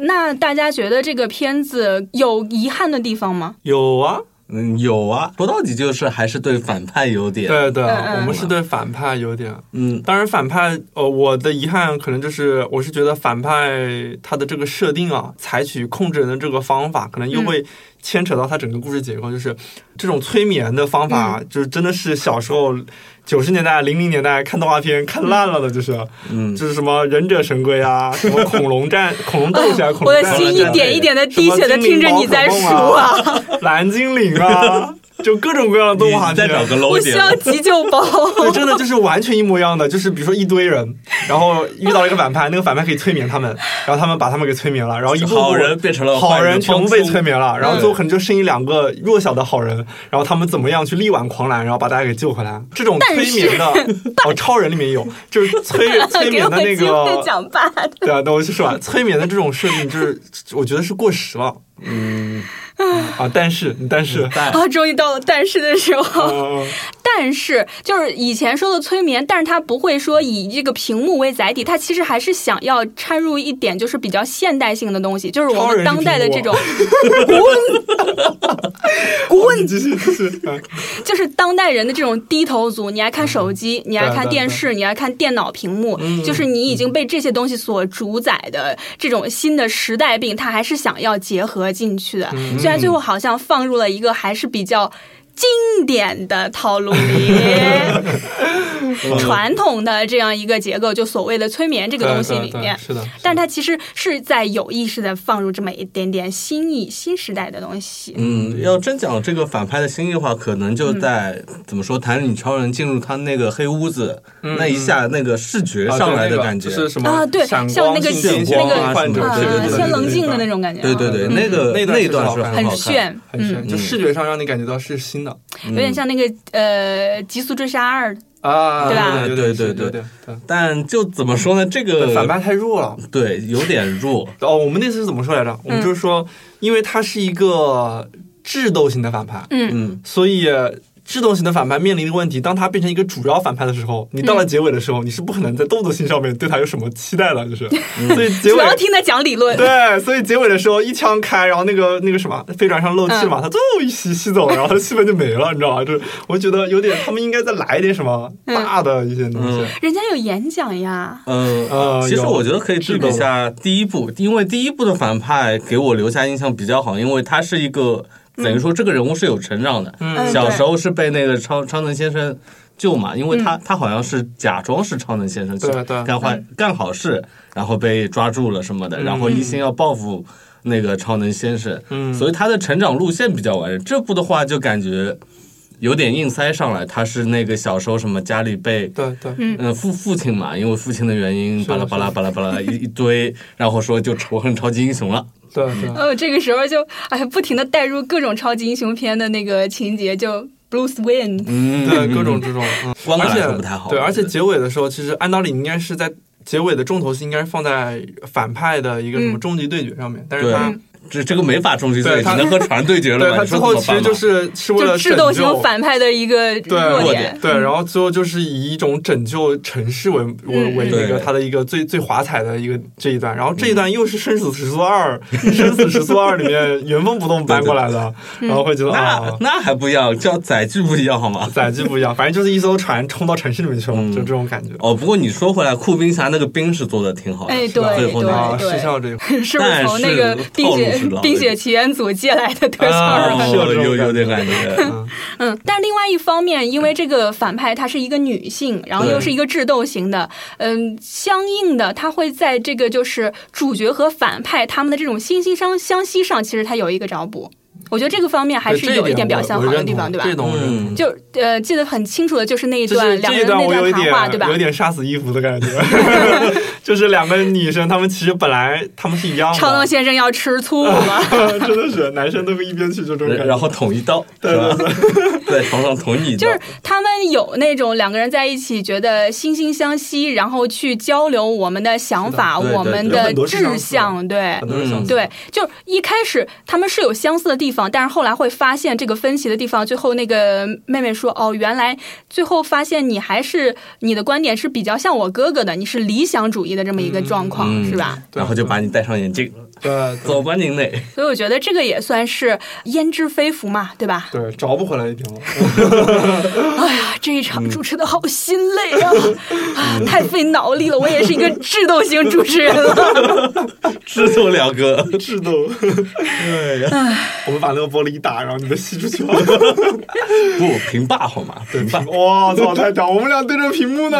Speaker 2: 那大家觉得这个片子有遗憾的地方吗？
Speaker 5: 有啊，
Speaker 3: 嗯，有啊，说到底就是还是对反派有点，
Speaker 5: 对对，
Speaker 2: 嗯嗯
Speaker 5: 我们是对反派有点，
Speaker 3: 嗯，
Speaker 5: 当然反派，呃，我的遗憾可能就是，我是觉得反派他的这个设定啊，采取控制人的这个方法，可能
Speaker 3: 嗯
Speaker 5: 又会牵扯到他整个故事结构，就是这种催眠的方法，
Speaker 3: 嗯
Speaker 5: 就是真的是小时候九十年代、零零年代看动画片看烂了的，就是，
Speaker 3: 嗯
Speaker 5: 就是什么忍者神龟啊，什么恐龙战、恐龙斗士啊，恐
Speaker 2: (laughs) 我
Speaker 5: 龙
Speaker 2: 的
Speaker 5: 战
Speaker 2: 心
Speaker 5: 士
Speaker 2: 一
Speaker 5: 啊
Speaker 2: 点一点的滴血的听着你在说
Speaker 5: 什
Speaker 2: 啊，
Speaker 5: 蓝精灵啊，就各种各样的动画
Speaker 3: 你
Speaker 5: 片
Speaker 3: 再，找个
Speaker 2: 我 (laughs)
Speaker 3: low
Speaker 2: 需
Speaker 3: 点，
Speaker 2: 要急救包。
Speaker 5: 对，真的就是完全一模一样的，就是比如说一堆人，然后遇到了一个反派，那个反派可以催眠他们，然后他们把他们给催眠了，然后一步步
Speaker 3: 好人变成了坏
Speaker 5: 好人，
Speaker 3: 人
Speaker 5: 全部被催眠了，然后
Speaker 3: 对
Speaker 5: 最后可能就剩一两个弱小的好人，然后他们怎么样去力挽狂澜，然后把大家给救回来。这种
Speaker 2: 但是
Speaker 5: 催眠的，哦，超人里面有，就是
Speaker 2: (laughs)
Speaker 5: 催 (laughs) 催
Speaker 2: 给
Speaker 5: 眠的
Speaker 2: 我
Speaker 5: 那
Speaker 2: 机会
Speaker 5: 个，
Speaker 2: 讲吧。
Speaker 5: 对啊，那我就说啊，催眠的这种设定就是我觉得是过时了，
Speaker 3: 嗯，
Speaker 5: 啊，但是但是。
Speaker 2: (laughs)
Speaker 3: 但
Speaker 2: 啊，终于到了但是的时候，
Speaker 5: 嗯
Speaker 2: 但是就是以前说的催眠，但是它不会说以这个屏幕为载体，它其实还是想要掺入一点就是比较现代性的东西，就是我
Speaker 5: 超
Speaker 2: 们
Speaker 5: 人是
Speaker 2: 当代的
Speaker 5: 苹
Speaker 2: 这
Speaker 5: 果
Speaker 2: 种滚滚
Speaker 5: 继续继续，嗯
Speaker 2: 就是当代人的这种低头族，你爱看手机，
Speaker 5: 嗯
Speaker 2: 你爱看电视，你爱看电脑屏幕，就是你已经被这些东西所主宰的这种新的时代
Speaker 5: 嗯
Speaker 2: 病，它还是想要结合进去的。虽然最后好像放入了一个还是比较。经典的套路
Speaker 5: (laughs)
Speaker 2: 里，传统的这样一个结构，就所谓的催眠这
Speaker 5: 这
Speaker 2: 个东西里面。
Speaker 5: 是的，
Speaker 2: 但是它其实是在有意识的放入这么一点点新意、新时代的东西。
Speaker 3: 嗯，要真讲这个反派的心意的话，可能就在、
Speaker 2: 嗯
Speaker 3: 怎么说，弹女超人进入他那个黑屋子、那一下，那个视觉
Speaker 5: 嗯啊
Speaker 3: 上
Speaker 5: 对
Speaker 3: 来
Speaker 5: 那
Speaker 3: 的
Speaker 5: 个
Speaker 3: 感觉，
Speaker 5: 就是什么
Speaker 2: 啊对
Speaker 5: 闪
Speaker 2: 像
Speaker 5: 光
Speaker 2: 那个
Speaker 5: 信息
Speaker 3: 那个
Speaker 5: 啊
Speaker 3: 对
Speaker 5: 什
Speaker 2: 啊
Speaker 5: 么
Speaker 3: 对对
Speaker 5: 的
Speaker 3: 对
Speaker 2: 千
Speaker 5: 对对
Speaker 2: 棱
Speaker 5: 对
Speaker 2: 镜的
Speaker 5: 对
Speaker 2: 那种感觉啊，
Speaker 3: 对对对，
Speaker 5: 嗯
Speaker 3: 那个
Speaker 5: 那段
Speaker 3: 那
Speaker 5: 是
Speaker 3: 段
Speaker 5: 好
Speaker 3: 是
Speaker 5: 看
Speaker 3: 好
Speaker 2: 很
Speaker 3: 看
Speaker 2: 炫，
Speaker 5: 很
Speaker 2: 嗯，
Speaker 5: 炫，嗯就视觉上让你感觉到是新的
Speaker 2: 有点像那个呃《极速追杀二》，
Speaker 5: 啊，
Speaker 2: 对吧
Speaker 5: 有点
Speaker 3: 对
Speaker 5: 有
Speaker 3: 对
Speaker 5: 点对
Speaker 3: 嗯但就怎么说呢，这个
Speaker 5: 对反派太弱了。
Speaker 3: 对有点弱，
Speaker 5: 哦，我们那次是怎么说来着？我们就
Speaker 2: 嗯
Speaker 5: 是说，因为他是一个智斗型的反派，
Speaker 2: 嗯，
Speaker 3: 嗯，
Speaker 5: 所以智斗型的反派面临的问题，当他变成一个主要反派的时候，你
Speaker 2: 嗯
Speaker 5: 到了结尾的时候，你是不可能在动作性上面对他有什么期待的，就是，所以
Speaker 2: 嗯
Speaker 5: 结
Speaker 2: 主
Speaker 5: 尾
Speaker 2: 要听他讲理论，
Speaker 5: (laughs) 对，所以结尾的时候一枪开，然后那个那个什么飞船上漏气了嘛，
Speaker 2: 嗯
Speaker 5: 他最后一吸吸走，然后他气氛就没了，你知道吗？就是我觉得有点，他们应该再来一点什么
Speaker 2: 嗯
Speaker 5: 大的一些东西
Speaker 3: 嗯，
Speaker 2: 人家有演讲呀，
Speaker 3: 嗯
Speaker 5: 呃
Speaker 3: 其实
Speaker 5: 有
Speaker 3: 我觉得可以对比一
Speaker 5: 智
Speaker 3: 下第一部，因为第一部的反派给我留下印象比较好，因为他是一个等于说这个人物是有成长的，
Speaker 2: 嗯
Speaker 3: 小
Speaker 2: 对
Speaker 3: 时候是被那个超超能先生救嘛，因为他、
Speaker 2: 嗯
Speaker 3: 他好像是假装是超能先生去
Speaker 5: 对对
Speaker 3: 干坏、干好事，然后被抓住了什么的，然后一心
Speaker 2: 嗯
Speaker 3: 要报复那个超能先生，
Speaker 5: 嗯
Speaker 3: 所以他的成长路线比较完整。这部的话就感觉有点硬塞上来，他是那个小时候什么家里被。
Speaker 5: 对对，
Speaker 3: 嗯，父父亲嘛，因为父亲的原因，
Speaker 5: 是
Speaker 3: 巴拉
Speaker 5: 的
Speaker 3: 巴拉巴拉巴拉一一堆， (laughs) 然后说就仇恨超级英雄了。
Speaker 5: 对对，
Speaker 2: 呃，这个时候就哎，不停的带入各种超级英雄片的那个情节，就 Bruce Wayne，
Speaker 3: 嗯，
Speaker 5: 对各种这种，嗯，
Speaker 3: 观感
Speaker 5: 而且
Speaker 3: 来说不太好
Speaker 5: 对，
Speaker 3: 我
Speaker 5: 而且
Speaker 3: 觉得
Speaker 5: 结尾的时候，其实按道理应该是在结尾的重头戏应该是放在反派的一个什么
Speaker 2: 嗯
Speaker 5: 终极对决上面，但是
Speaker 3: 对
Speaker 5: 他。
Speaker 3: 这这个没法终极对，
Speaker 5: 对
Speaker 3: 只
Speaker 5: 他
Speaker 3: 能和船对决了
Speaker 5: 对
Speaker 3: 吧？
Speaker 5: 他
Speaker 3: 你
Speaker 5: 之
Speaker 3: 说
Speaker 5: 后
Speaker 3: 怎么
Speaker 5: 其
Speaker 3: 办
Speaker 5: 实
Speaker 3: 嘛
Speaker 5: 就是是为
Speaker 2: 就
Speaker 5: 了
Speaker 2: 智斗
Speaker 5: 拯
Speaker 2: 型
Speaker 5: 救
Speaker 2: 反派的一个
Speaker 5: 对
Speaker 2: 弱点。
Speaker 5: 对，然后最后就是以一种拯救城市为为
Speaker 2: 嗯
Speaker 5: 为那
Speaker 3: 对嗯
Speaker 5: 个他的一个最最华彩的一个这一段，然后这一段又是《生死时速二》《生死时速二》里面原封不动搬过来的，然后会
Speaker 2: 嗯
Speaker 5: 觉得
Speaker 3: 那
Speaker 5: 啊，
Speaker 3: 那还不一样，叫载具不一样好吗？
Speaker 5: 载具不一样，反正就是一艘船冲到城市里面去了，
Speaker 3: 嗯
Speaker 5: 就这种感觉
Speaker 3: 哦，不过你说回来，酷冰侠那个冰是做的挺好的，
Speaker 2: 哎
Speaker 3: 是吧
Speaker 2: 对
Speaker 3: 最后那
Speaker 5: 啊，
Speaker 2: 对
Speaker 5: 失效这一块。
Speaker 2: 是不是从那个
Speaker 3: 但是
Speaker 2: 冰
Speaker 3: 套路是
Speaker 2: 雪
Speaker 3: 老的
Speaker 2: 冰雪奇缘组借来的特效
Speaker 5: 啊
Speaker 2: 软
Speaker 5: 是
Speaker 3: 哦，
Speaker 5: 有这种
Speaker 3: 有有
Speaker 5: 感
Speaker 3: 点感觉，
Speaker 5: 嗯
Speaker 2: 嗯，但是另外一方面，因为这个反派她是一个女性，然后又是一个智斗型的，嗯，相应的，她会在这个就是主角和反派他们的这种惺惺相相惜上，其实她有一个找补。我觉得这个方面还
Speaker 5: 对
Speaker 2: 是
Speaker 5: 这
Speaker 2: 有一
Speaker 5: 点
Speaker 2: 点表
Speaker 5: 我
Speaker 2: 现
Speaker 5: 我
Speaker 2: 好的
Speaker 5: 认
Speaker 2: 地
Speaker 5: 同
Speaker 2: 方，对吧
Speaker 5: 这？种我认同
Speaker 3: 嗯，
Speaker 2: 就呃，记得很清楚的就是那一
Speaker 5: 就是
Speaker 2: 段两个
Speaker 5: 这一
Speaker 2: 人
Speaker 5: 段
Speaker 2: 那
Speaker 5: 我有一
Speaker 2: 谈话，对吧
Speaker 5: 点有？点杀死伊芙的
Speaker 2: (laughs)
Speaker 5: 感觉，就是两个女生，她们其实本来她们是一样的，
Speaker 2: 超能先生要吃醋了，
Speaker 5: 啊 (laughs) 真的是男生都会一边去就这种感觉，
Speaker 3: 然后捅一刀，是吧？ (laughs) 在床上捅你一
Speaker 2: (laughs)
Speaker 3: 刀
Speaker 2: 就，是他们有那种两个人在一起觉得惺惺相惜，然后去交流我们的想法、
Speaker 3: 是的对
Speaker 2: 我们
Speaker 3: 对
Speaker 5: 对
Speaker 2: 的
Speaker 5: 很多是相
Speaker 2: 志
Speaker 5: 似的
Speaker 2: 向，对。
Speaker 5: 很多人想
Speaker 3: 嗯
Speaker 5: 死
Speaker 2: 对，就一开始他们是有相似的地方，但是后来会发现这个分歧的地方。最后那个妹妹说：“哦，原来最后发现你还是你的观点是比较像我哥哥的，你是理想主义的这么一个状况，
Speaker 3: 嗯
Speaker 2: 是吧？”
Speaker 3: 然后就把你戴上眼镜，
Speaker 5: 对嗯
Speaker 3: 走吧，您嘞。
Speaker 2: 所以我觉得这个也算是焉知非福嘛，对吧？ (laughs)
Speaker 5: 对，找不回来一条了。
Speaker 2: 哎呀，这一
Speaker 3: 嗯
Speaker 2: 场主持的好心累啊，啊太费脑力了。我也是一个智斗型主持人了。 (laughs)
Speaker 3: 制作两个，
Speaker 5: 智 (laughs) 斗，
Speaker 3: 对呀，
Speaker 5: 我们把那个玻璃一打，然后你被吸出去了。
Speaker 3: 不平霸好吗？平霸，
Speaker 5: (laughs) 哇操，太屌！我们俩对着屏幕呢。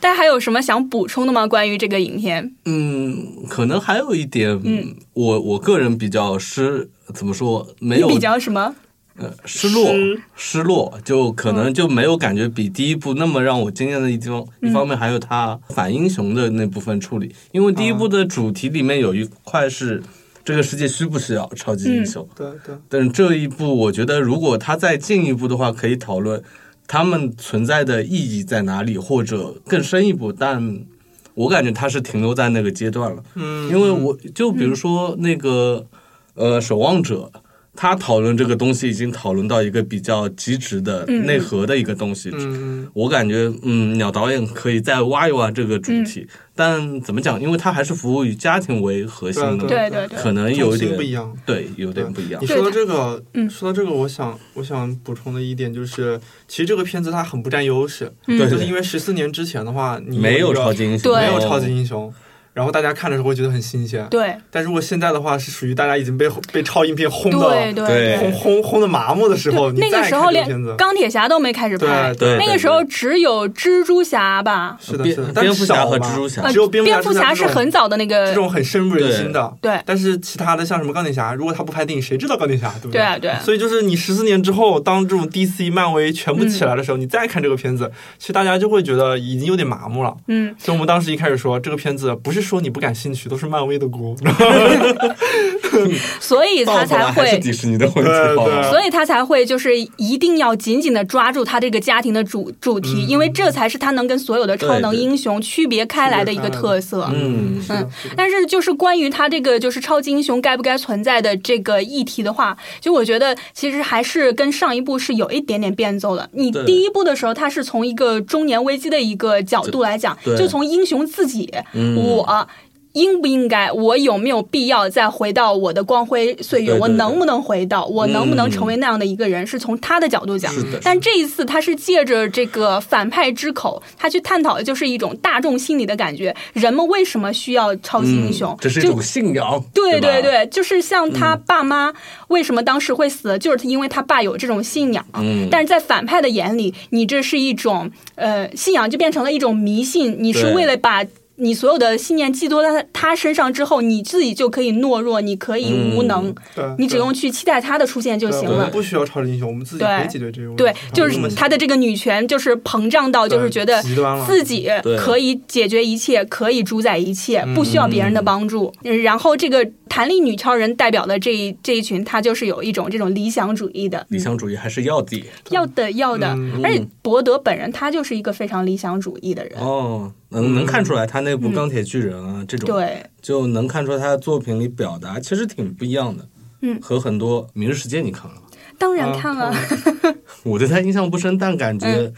Speaker 2: 大家还有什么想补充的吗？关于这个影片？
Speaker 3: 嗯，可能还有一点，
Speaker 2: 嗯
Speaker 3: 我我个人比较失，怎么说，没
Speaker 2: 你
Speaker 3: 有
Speaker 2: 比较什么？
Speaker 3: 呃，失落
Speaker 5: 失，
Speaker 3: 失落，就可能就没有感觉比第一部那么让我惊艳的一地方。
Speaker 2: 嗯
Speaker 3: 一方面还有他反英雄的那部分处理，因为第一部的主题里面有一块是这个世界需不需要超级英
Speaker 2: 嗯
Speaker 3: 雄，
Speaker 5: 对对，
Speaker 3: 但是这一部我觉得如果他再进一步的话，可以讨论他们存在的意义在哪里，或者更深一步，但。我感觉他是停留在那个阶段了，
Speaker 5: 嗯
Speaker 3: 因为我就比如说那个、呃守望者，他讨论这个东西已经讨论到一个比较极致的内核的一个东西。
Speaker 5: 嗯
Speaker 3: 我感觉，嗯，鸟导演可以再挖一挖这个主题，但怎么讲？因为它还是服务于家庭为核心的嘛，
Speaker 2: 对啊对对，
Speaker 3: 可能有一
Speaker 5: 重
Speaker 3: 点
Speaker 5: 心不一样，
Speaker 3: 对，有点不一样
Speaker 5: 你。说到这个
Speaker 2: 嗯，
Speaker 5: 说到这个，我想我想补充的一点就是，其实这个片子它很不占优势，
Speaker 2: 嗯
Speaker 3: 对
Speaker 5: 就是因为十四年之前的话，你
Speaker 3: 没有
Speaker 5: 一个
Speaker 3: 超级英雄，哦
Speaker 2: 对
Speaker 5: 没有超级英雄。然后大家看的时候会觉得很新鲜。
Speaker 2: 对
Speaker 5: 但如果现在的话，是属于大家已经被被超英片轰到
Speaker 2: 对
Speaker 3: 对
Speaker 5: 轰轰轰的麻木的时候，
Speaker 2: 对，
Speaker 5: 你
Speaker 2: 那
Speaker 5: 再
Speaker 2: 个时
Speaker 5: 看
Speaker 2: 候
Speaker 5: 这
Speaker 2: 连
Speaker 5: 片子，
Speaker 2: 钢铁侠都没开始拍，
Speaker 5: 对对
Speaker 2: 那个
Speaker 3: 对
Speaker 2: 时候只有蜘蛛侠吧，
Speaker 5: 是的，
Speaker 3: 蝙
Speaker 5: 是的，但
Speaker 3: 蝙蝠侠
Speaker 5: 少
Speaker 3: 和
Speaker 5: 嘛
Speaker 3: 蜘蛛侠
Speaker 2: 呃
Speaker 5: 只有蝙蝠侠
Speaker 2: 蝙蝠侠是
Speaker 5: 这种
Speaker 2: 很早的那
Speaker 5: 这
Speaker 2: 个，
Speaker 5: 种很深入人心的。
Speaker 2: 对
Speaker 5: 但是其他的像什么钢铁侠，如果他不拍电影，谁知道钢铁侠，对不
Speaker 2: 对啊对啊
Speaker 5: 所以就是你十四年之后，当这种 DC、漫威全部起来的时候，你再看这个片子，其实大家就会觉得已经有点麻木了。
Speaker 2: 嗯，
Speaker 5: 所以我们当时一开始说，这个片子不是说你不感兴趣，都是漫威的锅。
Speaker 2: 所以
Speaker 3: 到
Speaker 2: 他
Speaker 3: 头来
Speaker 2: 才
Speaker 3: 还是
Speaker 2: 会。
Speaker 3: 迪士尼的问题哦
Speaker 5: 对
Speaker 3: 好
Speaker 5: 对
Speaker 3: 吧？
Speaker 2: 所以他才会就是一定要紧紧的抓住他这个家庭的主主题，
Speaker 5: 嗯
Speaker 2: 因为这才是他能跟所有的超能
Speaker 3: 对对
Speaker 2: 英雄区别开来的一个特色。
Speaker 3: 嗯
Speaker 5: 是的，是的
Speaker 2: 但是就是关于他这个就是超级英雄该不该存在的这个议题的话，就我觉得其实还是跟上一部是有一点点变奏的。你
Speaker 3: 对
Speaker 2: 第一部的时候，它是从一个中年危机的一个角度来讲，
Speaker 3: 对
Speaker 2: 就从英雄自己，
Speaker 3: 嗯
Speaker 2: 我。应不应该？我有没有必要再回到我的光辉岁月？
Speaker 3: 对对
Speaker 2: 我
Speaker 3: 对
Speaker 2: 能不能回到？我能不能成为那样的一个人？是从他的角度讲
Speaker 3: 是的是的。
Speaker 2: 但这一次，他是借着这个反派之口，他去探讨的就是一种大众心理的感觉。人们为什么需要超级英雄？
Speaker 3: 嗯这是一
Speaker 2: 就
Speaker 3: 种信仰，
Speaker 2: 对
Speaker 3: 对吧
Speaker 2: 对，
Speaker 3: 嗯
Speaker 2: 对，就是像他爸妈为什么当时会死，就是因为他爸有这种信仰。
Speaker 3: 嗯
Speaker 2: 但是在反派的眼里，你这是一种呃信仰，就变成了一种迷信。你是
Speaker 3: 对
Speaker 2: 为了把你所有的信念寄托在他身上之后，你自己就可以懦弱，你可以无能，
Speaker 5: 对
Speaker 2: 你只用去期待他的出现就
Speaker 5: 嗯对
Speaker 2: 行
Speaker 5: 我
Speaker 2: 了
Speaker 5: 们。不需要超级英雄，我们自己可以解决这个问题。嗯
Speaker 2: 对，就
Speaker 5: 这么
Speaker 2: 是
Speaker 5: 想
Speaker 2: 她的这个女权就是膨胀到，就是觉得
Speaker 5: 极端了
Speaker 2: 自己
Speaker 3: 对
Speaker 2: 可以解决一切，可以主宰一切，不需要别
Speaker 5: 嗯
Speaker 2: 人的帮助。然后这个弹力女超人代表的这一这一群，她就是有一种这种理想主义的，
Speaker 3: 理想主义还是要的
Speaker 2: 要的要的
Speaker 5: 嗯。
Speaker 2: 而且博德本人他就是一个非常理想主义的人，
Speaker 3: 哦，能能看出来他那部《钢铁巨人》啊，这种
Speaker 2: 嗯对
Speaker 3: 就能看出他的作品里表达其实挺不一样的。
Speaker 2: 嗯
Speaker 3: 和很多《明日世界》你看了吗？
Speaker 2: 当然
Speaker 5: 啊
Speaker 2: 看了，
Speaker 3: (laughs) 我对他印象不深，但感觉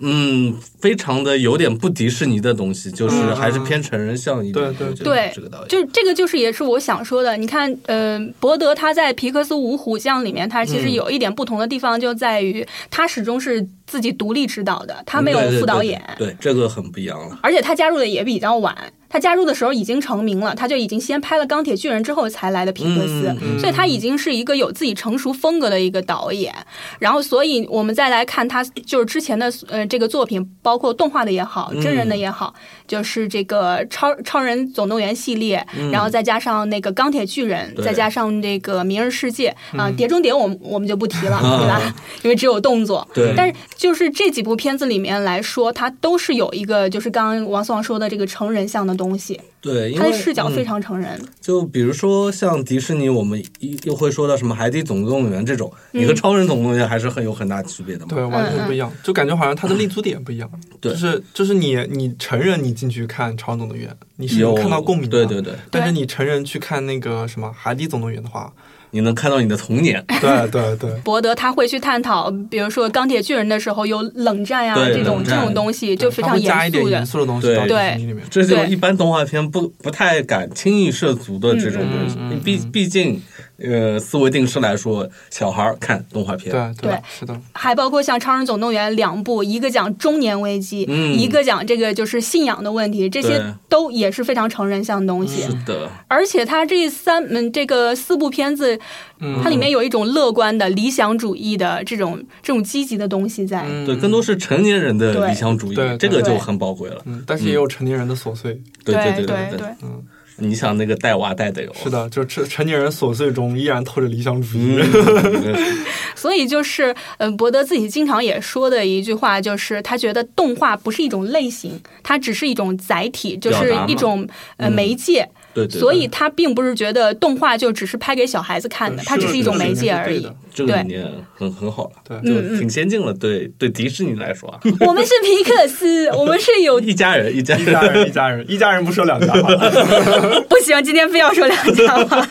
Speaker 3: 嗯非常的有点不迪士尼的东西，就是
Speaker 5: 嗯
Speaker 3: 还是偏成人像一点。
Speaker 5: 对对
Speaker 3: 我觉得
Speaker 2: (laughs) 对
Speaker 3: 这个导演
Speaker 2: 就是这个，就是也是我想说的。你看，呃，博德他在《皮克斯五虎将》里面，他其
Speaker 3: 嗯
Speaker 2: 实有一点不同的地方，就在于他始终是自己独立指导的，他没有
Speaker 3: 嗯对对
Speaker 2: 副导演，
Speaker 3: 对对对这个很不一样了。
Speaker 2: 而且他加入的也比较晚。他加入的时候已经成名了，他就已经先拍了《钢铁巨人》之后才来的皮克斯，
Speaker 3: 嗯
Speaker 5: 嗯
Speaker 2: 所以他已经是一个有自己成熟风格的一个导演。然后，所以我们再来看他就是之前的呃这个作品，包括动画的也好，真人的也好，就是这个超超人总动员系列，然后再加上那个钢铁巨人，
Speaker 3: 嗯对嗯
Speaker 2: 再加上这个明日世界啊、碟中谍我们我们就不提了，
Speaker 3: 啊
Speaker 2: 对吧？因为只有动作。
Speaker 3: 对
Speaker 2: 但是就是这几部片子里面来说，它都是有一个就是刚刚王思王说的这个成人向的东西，
Speaker 3: 对，因
Speaker 2: 它
Speaker 3: 为
Speaker 2: 的视角
Speaker 3: 嗯
Speaker 2: 非常成人。
Speaker 3: 就比如说像迪士尼，我们一又会说到什么《海底总动员》这种，你
Speaker 2: 嗯
Speaker 3: 和《超人总动员》还是很有很大区别的嘛。
Speaker 5: 对，完全不一样，就感觉好像它的立足点不一样。
Speaker 3: 对
Speaker 5: 就是就是你你成人你进去看《超能动员》，你是
Speaker 3: 有
Speaker 5: 能看到共鸣
Speaker 3: 对
Speaker 5: 的，
Speaker 3: 对对，
Speaker 5: 但是你成人去看那个什么《海底总动员》
Speaker 2: (laughs)
Speaker 5: 的话，
Speaker 3: 你能看到你的童年。
Speaker 5: 对对对，
Speaker 2: 博德他会去探讨，比如说钢铁巨人的时候有冷战呀、
Speaker 3: 对
Speaker 2: 这种
Speaker 3: 冷
Speaker 2: 这
Speaker 3: 战
Speaker 2: 种东西，就非
Speaker 5: 它
Speaker 2: 常
Speaker 5: 会加
Speaker 2: 严
Speaker 5: 一点
Speaker 2: 肃
Speaker 5: 严
Speaker 2: 的。
Speaker 5: 肃的东西到迪
Speaker 3: 对
Speaker 5: 士尼里面。
Speaker 3: 这就
Speaker 2: 对
Speaker 3: 一般动画片不不太敢轻易涉足的这种东西，
Speaker 5: 嗯嗯嗯
Speaker 3: 毕毕竟，呃，思维定式来说，小孩儿看动画片，
Speaker 5: 对
Speaker 2: 对
Speaker 5: 是的，
Speaker 2: 还包括像《超人总动员》两部，一个讲中年危机，
Speaker 3: 嗯
Speaker 2: 一个讲这个就是信仰的问题，这
Speaker 3: 对
Speaker 2: 些都也是非常成人向的东西。
Speaker 3: 是的，
Speaker 2: 而且它这三嗯这个四部片子，
Speaker 5: 嗯
Speaker 2: 它里面有一种乐观的、理想主义的这种这种积极的东西在。
Speaker 5: 嗯
Speaker 3: 对，更多是成年人的
Speaker 2: 对
Speaker 3: 理想主义
Speaker 5: 对对，
Speaker 3: 这个
Speaker 2: 对
Speaker 3: 就很宝贵了。
Speaker 5: 嗯，但是也有成年人的琐碎，
Speaker 3: 对
Speaker 2: 对
Speaker 3: 对对
Speaker 2: 对，
Speaker 5: 嗯，
Speaker 3: 你想那个带娃带的哟，
Speaker 5: 是
Speaker 3: (laughs)
Speaker 5: 的，就成成年人琐碎中依然透着理想主义。 (laughs)
Speaker 3: 嗯，
Speaker 2: 所以就是，嗯，博德自己经常也说的一句话，就是他觉得动画不是一种类型，它只是一种载体，就是
Speaker 3: 表达嘛
Speaker 2: 一种呃媒介。
Speaker 3: 嗯对对对，
Speaker 2: 所以他并不是觉得动画就只是拍给小孩子看的，它只是一种媒介而
Speaker 5: 嗯是
Speaker 2: 已
Speaker 5: 的。
Speaker 3: 这个
Speaker 2: 对嗯
Speaker 3: 理念很很好了，
Speaker 5: 对
Speaker 3: 就挺先进了。对对，迪士尼来说啊，
Speaker 2: 我们是皮克斯，我们是有
Speaker 3: 一家人一家
Speaker 5: 一家
Speaker 3: 人， (laughs)
Speaker 5: 人，一家人，一家人不说两家 (laughs) 话。
Speaker 2: 不行，今天非要说两家话。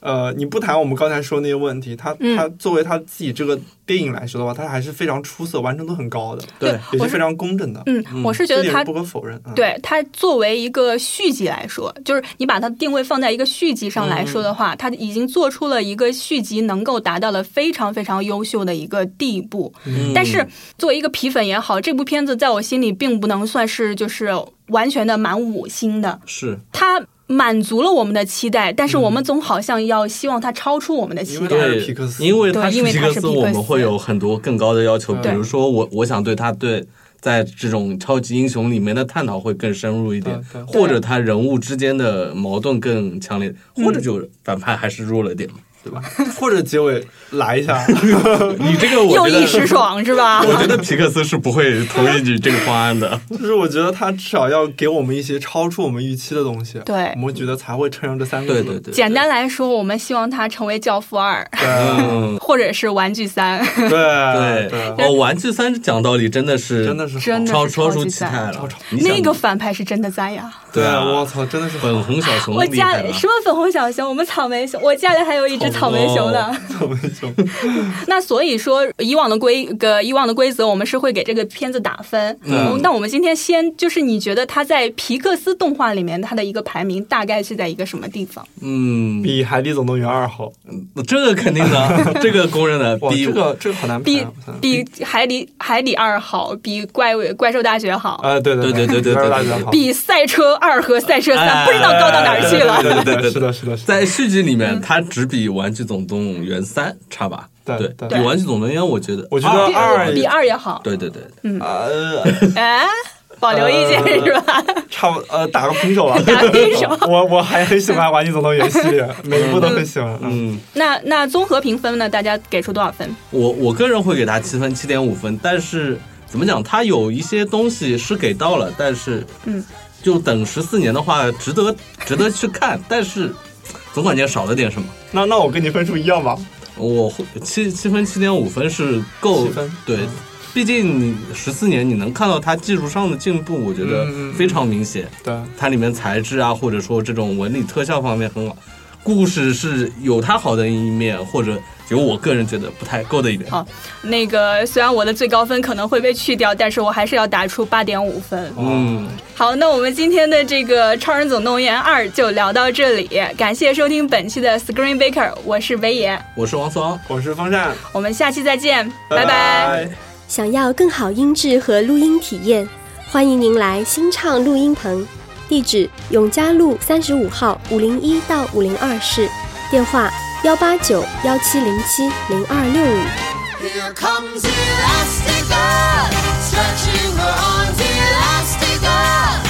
Speaker 5: 呃，你不谈我们刚才说那些问题，他
Speaker 2: 嗯
Speaker 5: 他作为他自己这个电影来说的话，他还是非常出色，完成度很高的，
Speaker 3: 对
Speaker 2: 嗯 (laughs) 我
Speaker 5: 也是
Speaker 2: 是
Speaker 5: 非常工整的。
Speaker 2: 嗯，我是觉
Speaker 5: 这
Speaker 2: 得他
Speaker 5: 点不可否认。嗯，
Speaker 2: 对它作为一个续集来
Speaker 3: 嗯
Speaker 2: 说，就是你把它定位放在一个续集上来说的话，它已经做出了一个续集能够达到了非常非常优秀的一个地步。
Speaker 3: 嗯
Speaker 2: 但是作为一个皮粉也好，这部片子在我心里并不能算是就是完全的满五星的，
Speaker 3: 是
Speaker 2: 它满足了我们的期待，但是我
Speaker 3: 嗯
Speaker 2: 们总好像要希望它超出我们的期
Speaker 5: 因为
Speaker 2: 待。
Speaker 5: 它是
Speaker 3: 对
Speaker 5: 皮克斯
Speaker 3: 因为
Speaker 2: 对
Speaker 3: 他是
Speaker 2: 因为
Speaker 3: 皮
Speaker 2: 它
Speaker 3: 克
Speaker 2: 是
Speaker 3: 斯，
Speaker 2: 皮克
Speaker 3: 我们会
Speaker 2: 斯
Speaker 3: 有很多更高的要求，比
Speaker 5: 对
Speaker 3: 如说我我想对他对。在这种超级英雄里面的探讨会更深入一点，
Speaker 5: 对对
Speaker 3: 或者他人物之间的矛盾更强烈，或
Speaker 2: 嗯
Speaker 3: 者就反派还是弱了点嘛，对吧？
Speaker 5: 或者结尾来一下，
Speaker 2: (laughs)
Speaker 3: 你这个我
Speaker 2: 又
Speaker 3: 觉得
Speaker 2: 一时
Speaker 3: (laughs)
Speaker 2: 爽是吧？
Speaker 3: 我觉得皮克斯是不会同意你这个方案的。
Speaker 2: 嗯
Speaker 5: 就是我觉得他至少要给我们一些超出我们预期的东西，
Speaker 2: 对
Speaker 5: 我们觉得才会称上这三个字。
Speaker 3: 对对对，
Speaker 2: 简单来说，我们希望它成为《教父二》
Speaker 3: 嗯，
Speaker 2: (laughs) 或者是《玩具三》
Speaker 3: (laughs)
Speaker 5: 对
Speaker 3: 对
Speaker 5: 对，
Speaker 3: 哦，玩具三讲道理真的是
Speaker 5: 真的是好
Speaker 2: 真的
Speaker 3: 超
Speaker 2: 是
Speaker 3: 超出
Speaker 2: 级
Speaker 3: 期
Speaker 2: 赞
Speaker 3: 待
Speaker 5: 超
Speaker 3: 了
Speaker 5: 超，
Speaker 3: 你想
Speaker 2: 那个反派是真的赞呀！
Speaker 5: 对，
Speaker 3: 对啊
Speaker 5: 我操，真的是
Speaker 3: 粉红小熊
Speaker 2: 我
Speaker 3: 厉
Speaker 2: 家
Speaker 3: 害了
Speaker 2: 里什么粉红小熊，我们草莓熊，我家里还有一只草莓熊呢。
Speaker 5: 草莓熊，
Speaker 2: 那所以说，以往的规个以往的规则，我们是会给这个片子打分。
Speaker 3: 嗯
Speaker 2: 那我们今天先就是你觉得它在皮克斯动画里面它的一个排名大概是在一个什么地方？
Speaker 3: 嗯，
Speaker 5: 比《海底总动员二》好。
Speaker 3: 这个肯定的，这个公认的。
Speaker 5: 哇，
Speaker 3: 比
Speaker 5: 这个这个好难啊
Speaker 2: 比
Speaker 5: 排。
Speaker 2: 比海底海底二好，比怪尾怪兽大学好，
Speaker 5: 啊，对
Speaker 3: 对
Speaker 5: 对
Speaker 3: 对对对
Speaker 5: 比
Speaker 3: 对
Speaker 5: 大
Speaker 3: 对
Speaker 5: 家
Speaker 3: 对
Speaker 5: 好。
Speaker 2: 比赛车二和赛车三、
Speaker 3: 哎
Speaker 2: 不知道高到哪儿去了。
Speaker 3: 对对对对
Speaker 5: 是的，是的，是的。
Speaker 3: 在续集里面，它只比《玩具总动员三》差吧？
Speaker 5: 对
Speaker 3: 对，
Speaker 5: 对
Speaker 3: 比《玩具总动员》，我觉得，
Speaker 5: 我觉得
Speaker 2: 比
Speaker 5: 二
Speaker 2: 比二也好，
Speaker 3: 对对对，
Speaker 5: 呃，
Speaker 2: 哎，保留意见
Speaker 5: 呃
Speaker 2: 是吧？
Speaker 5: 差不呃打个平手 (laughs) 吧，
Speaker 2: 打个平手
Speaker 5: (laughs) 我我还很喜欢《玩具总动员》系列，每一部都很喜欢。嗯，
Speaker 3: 嗯，
Speaker 2: (laughs) 那那综合评分呢？大家给出多少分？
Speaker 3: 我我个人会给它七分，七点五分。但是怎么讲，它有一些东西是给到了，但是
Speaker 2: 嗯，
Speaker 3: 就等十四年的话，值得值得去看，但是总感觉少了点什么。
Speaker 5: 那那我跟你分数一样吧。
Speaker 3: 我会七七分七点五分是够
Speaker 5: 七分
Speaker 3: 对
Speaker 5: 嗯，
Speaker 3: 毕竟你十四年你能看到它技术上的进步，我觉得
Speaker 5: 嗯嗯嗯
Speaker 3: 非常明显。
Speaker 5: 对，
Speaker 3: 它里面材质啊，或者说这种纹理特效方面很好，故事是有它好的一面，或者有我个人觉得不太够的一面。
Speaker 2: 好那个虽然我的最高分可能会被去掉，但是我还是要打出八点五分。
Speaker 3: 嗯，
Speaker 2: 好，那我们今天的这个《超人总动员二》就聊到这里，感谢收听本期的 Screen Baker，我是维也，
Speaker 3: 我是王思昂，
Speaker 5: 我是风扇，
Speaker 2: 我们下期再见，拜
Speaker 5: 拜。
Speaker 6: 想要更好音质和录音体验，欢迎您来新唱录音棚，地址永嘉路三十五号五零一到五零二室，电话幺八九幺七零七零二六五。
Speaker 1: Here comes Elastigirl, stretching her arms, Elastigirl. Ah,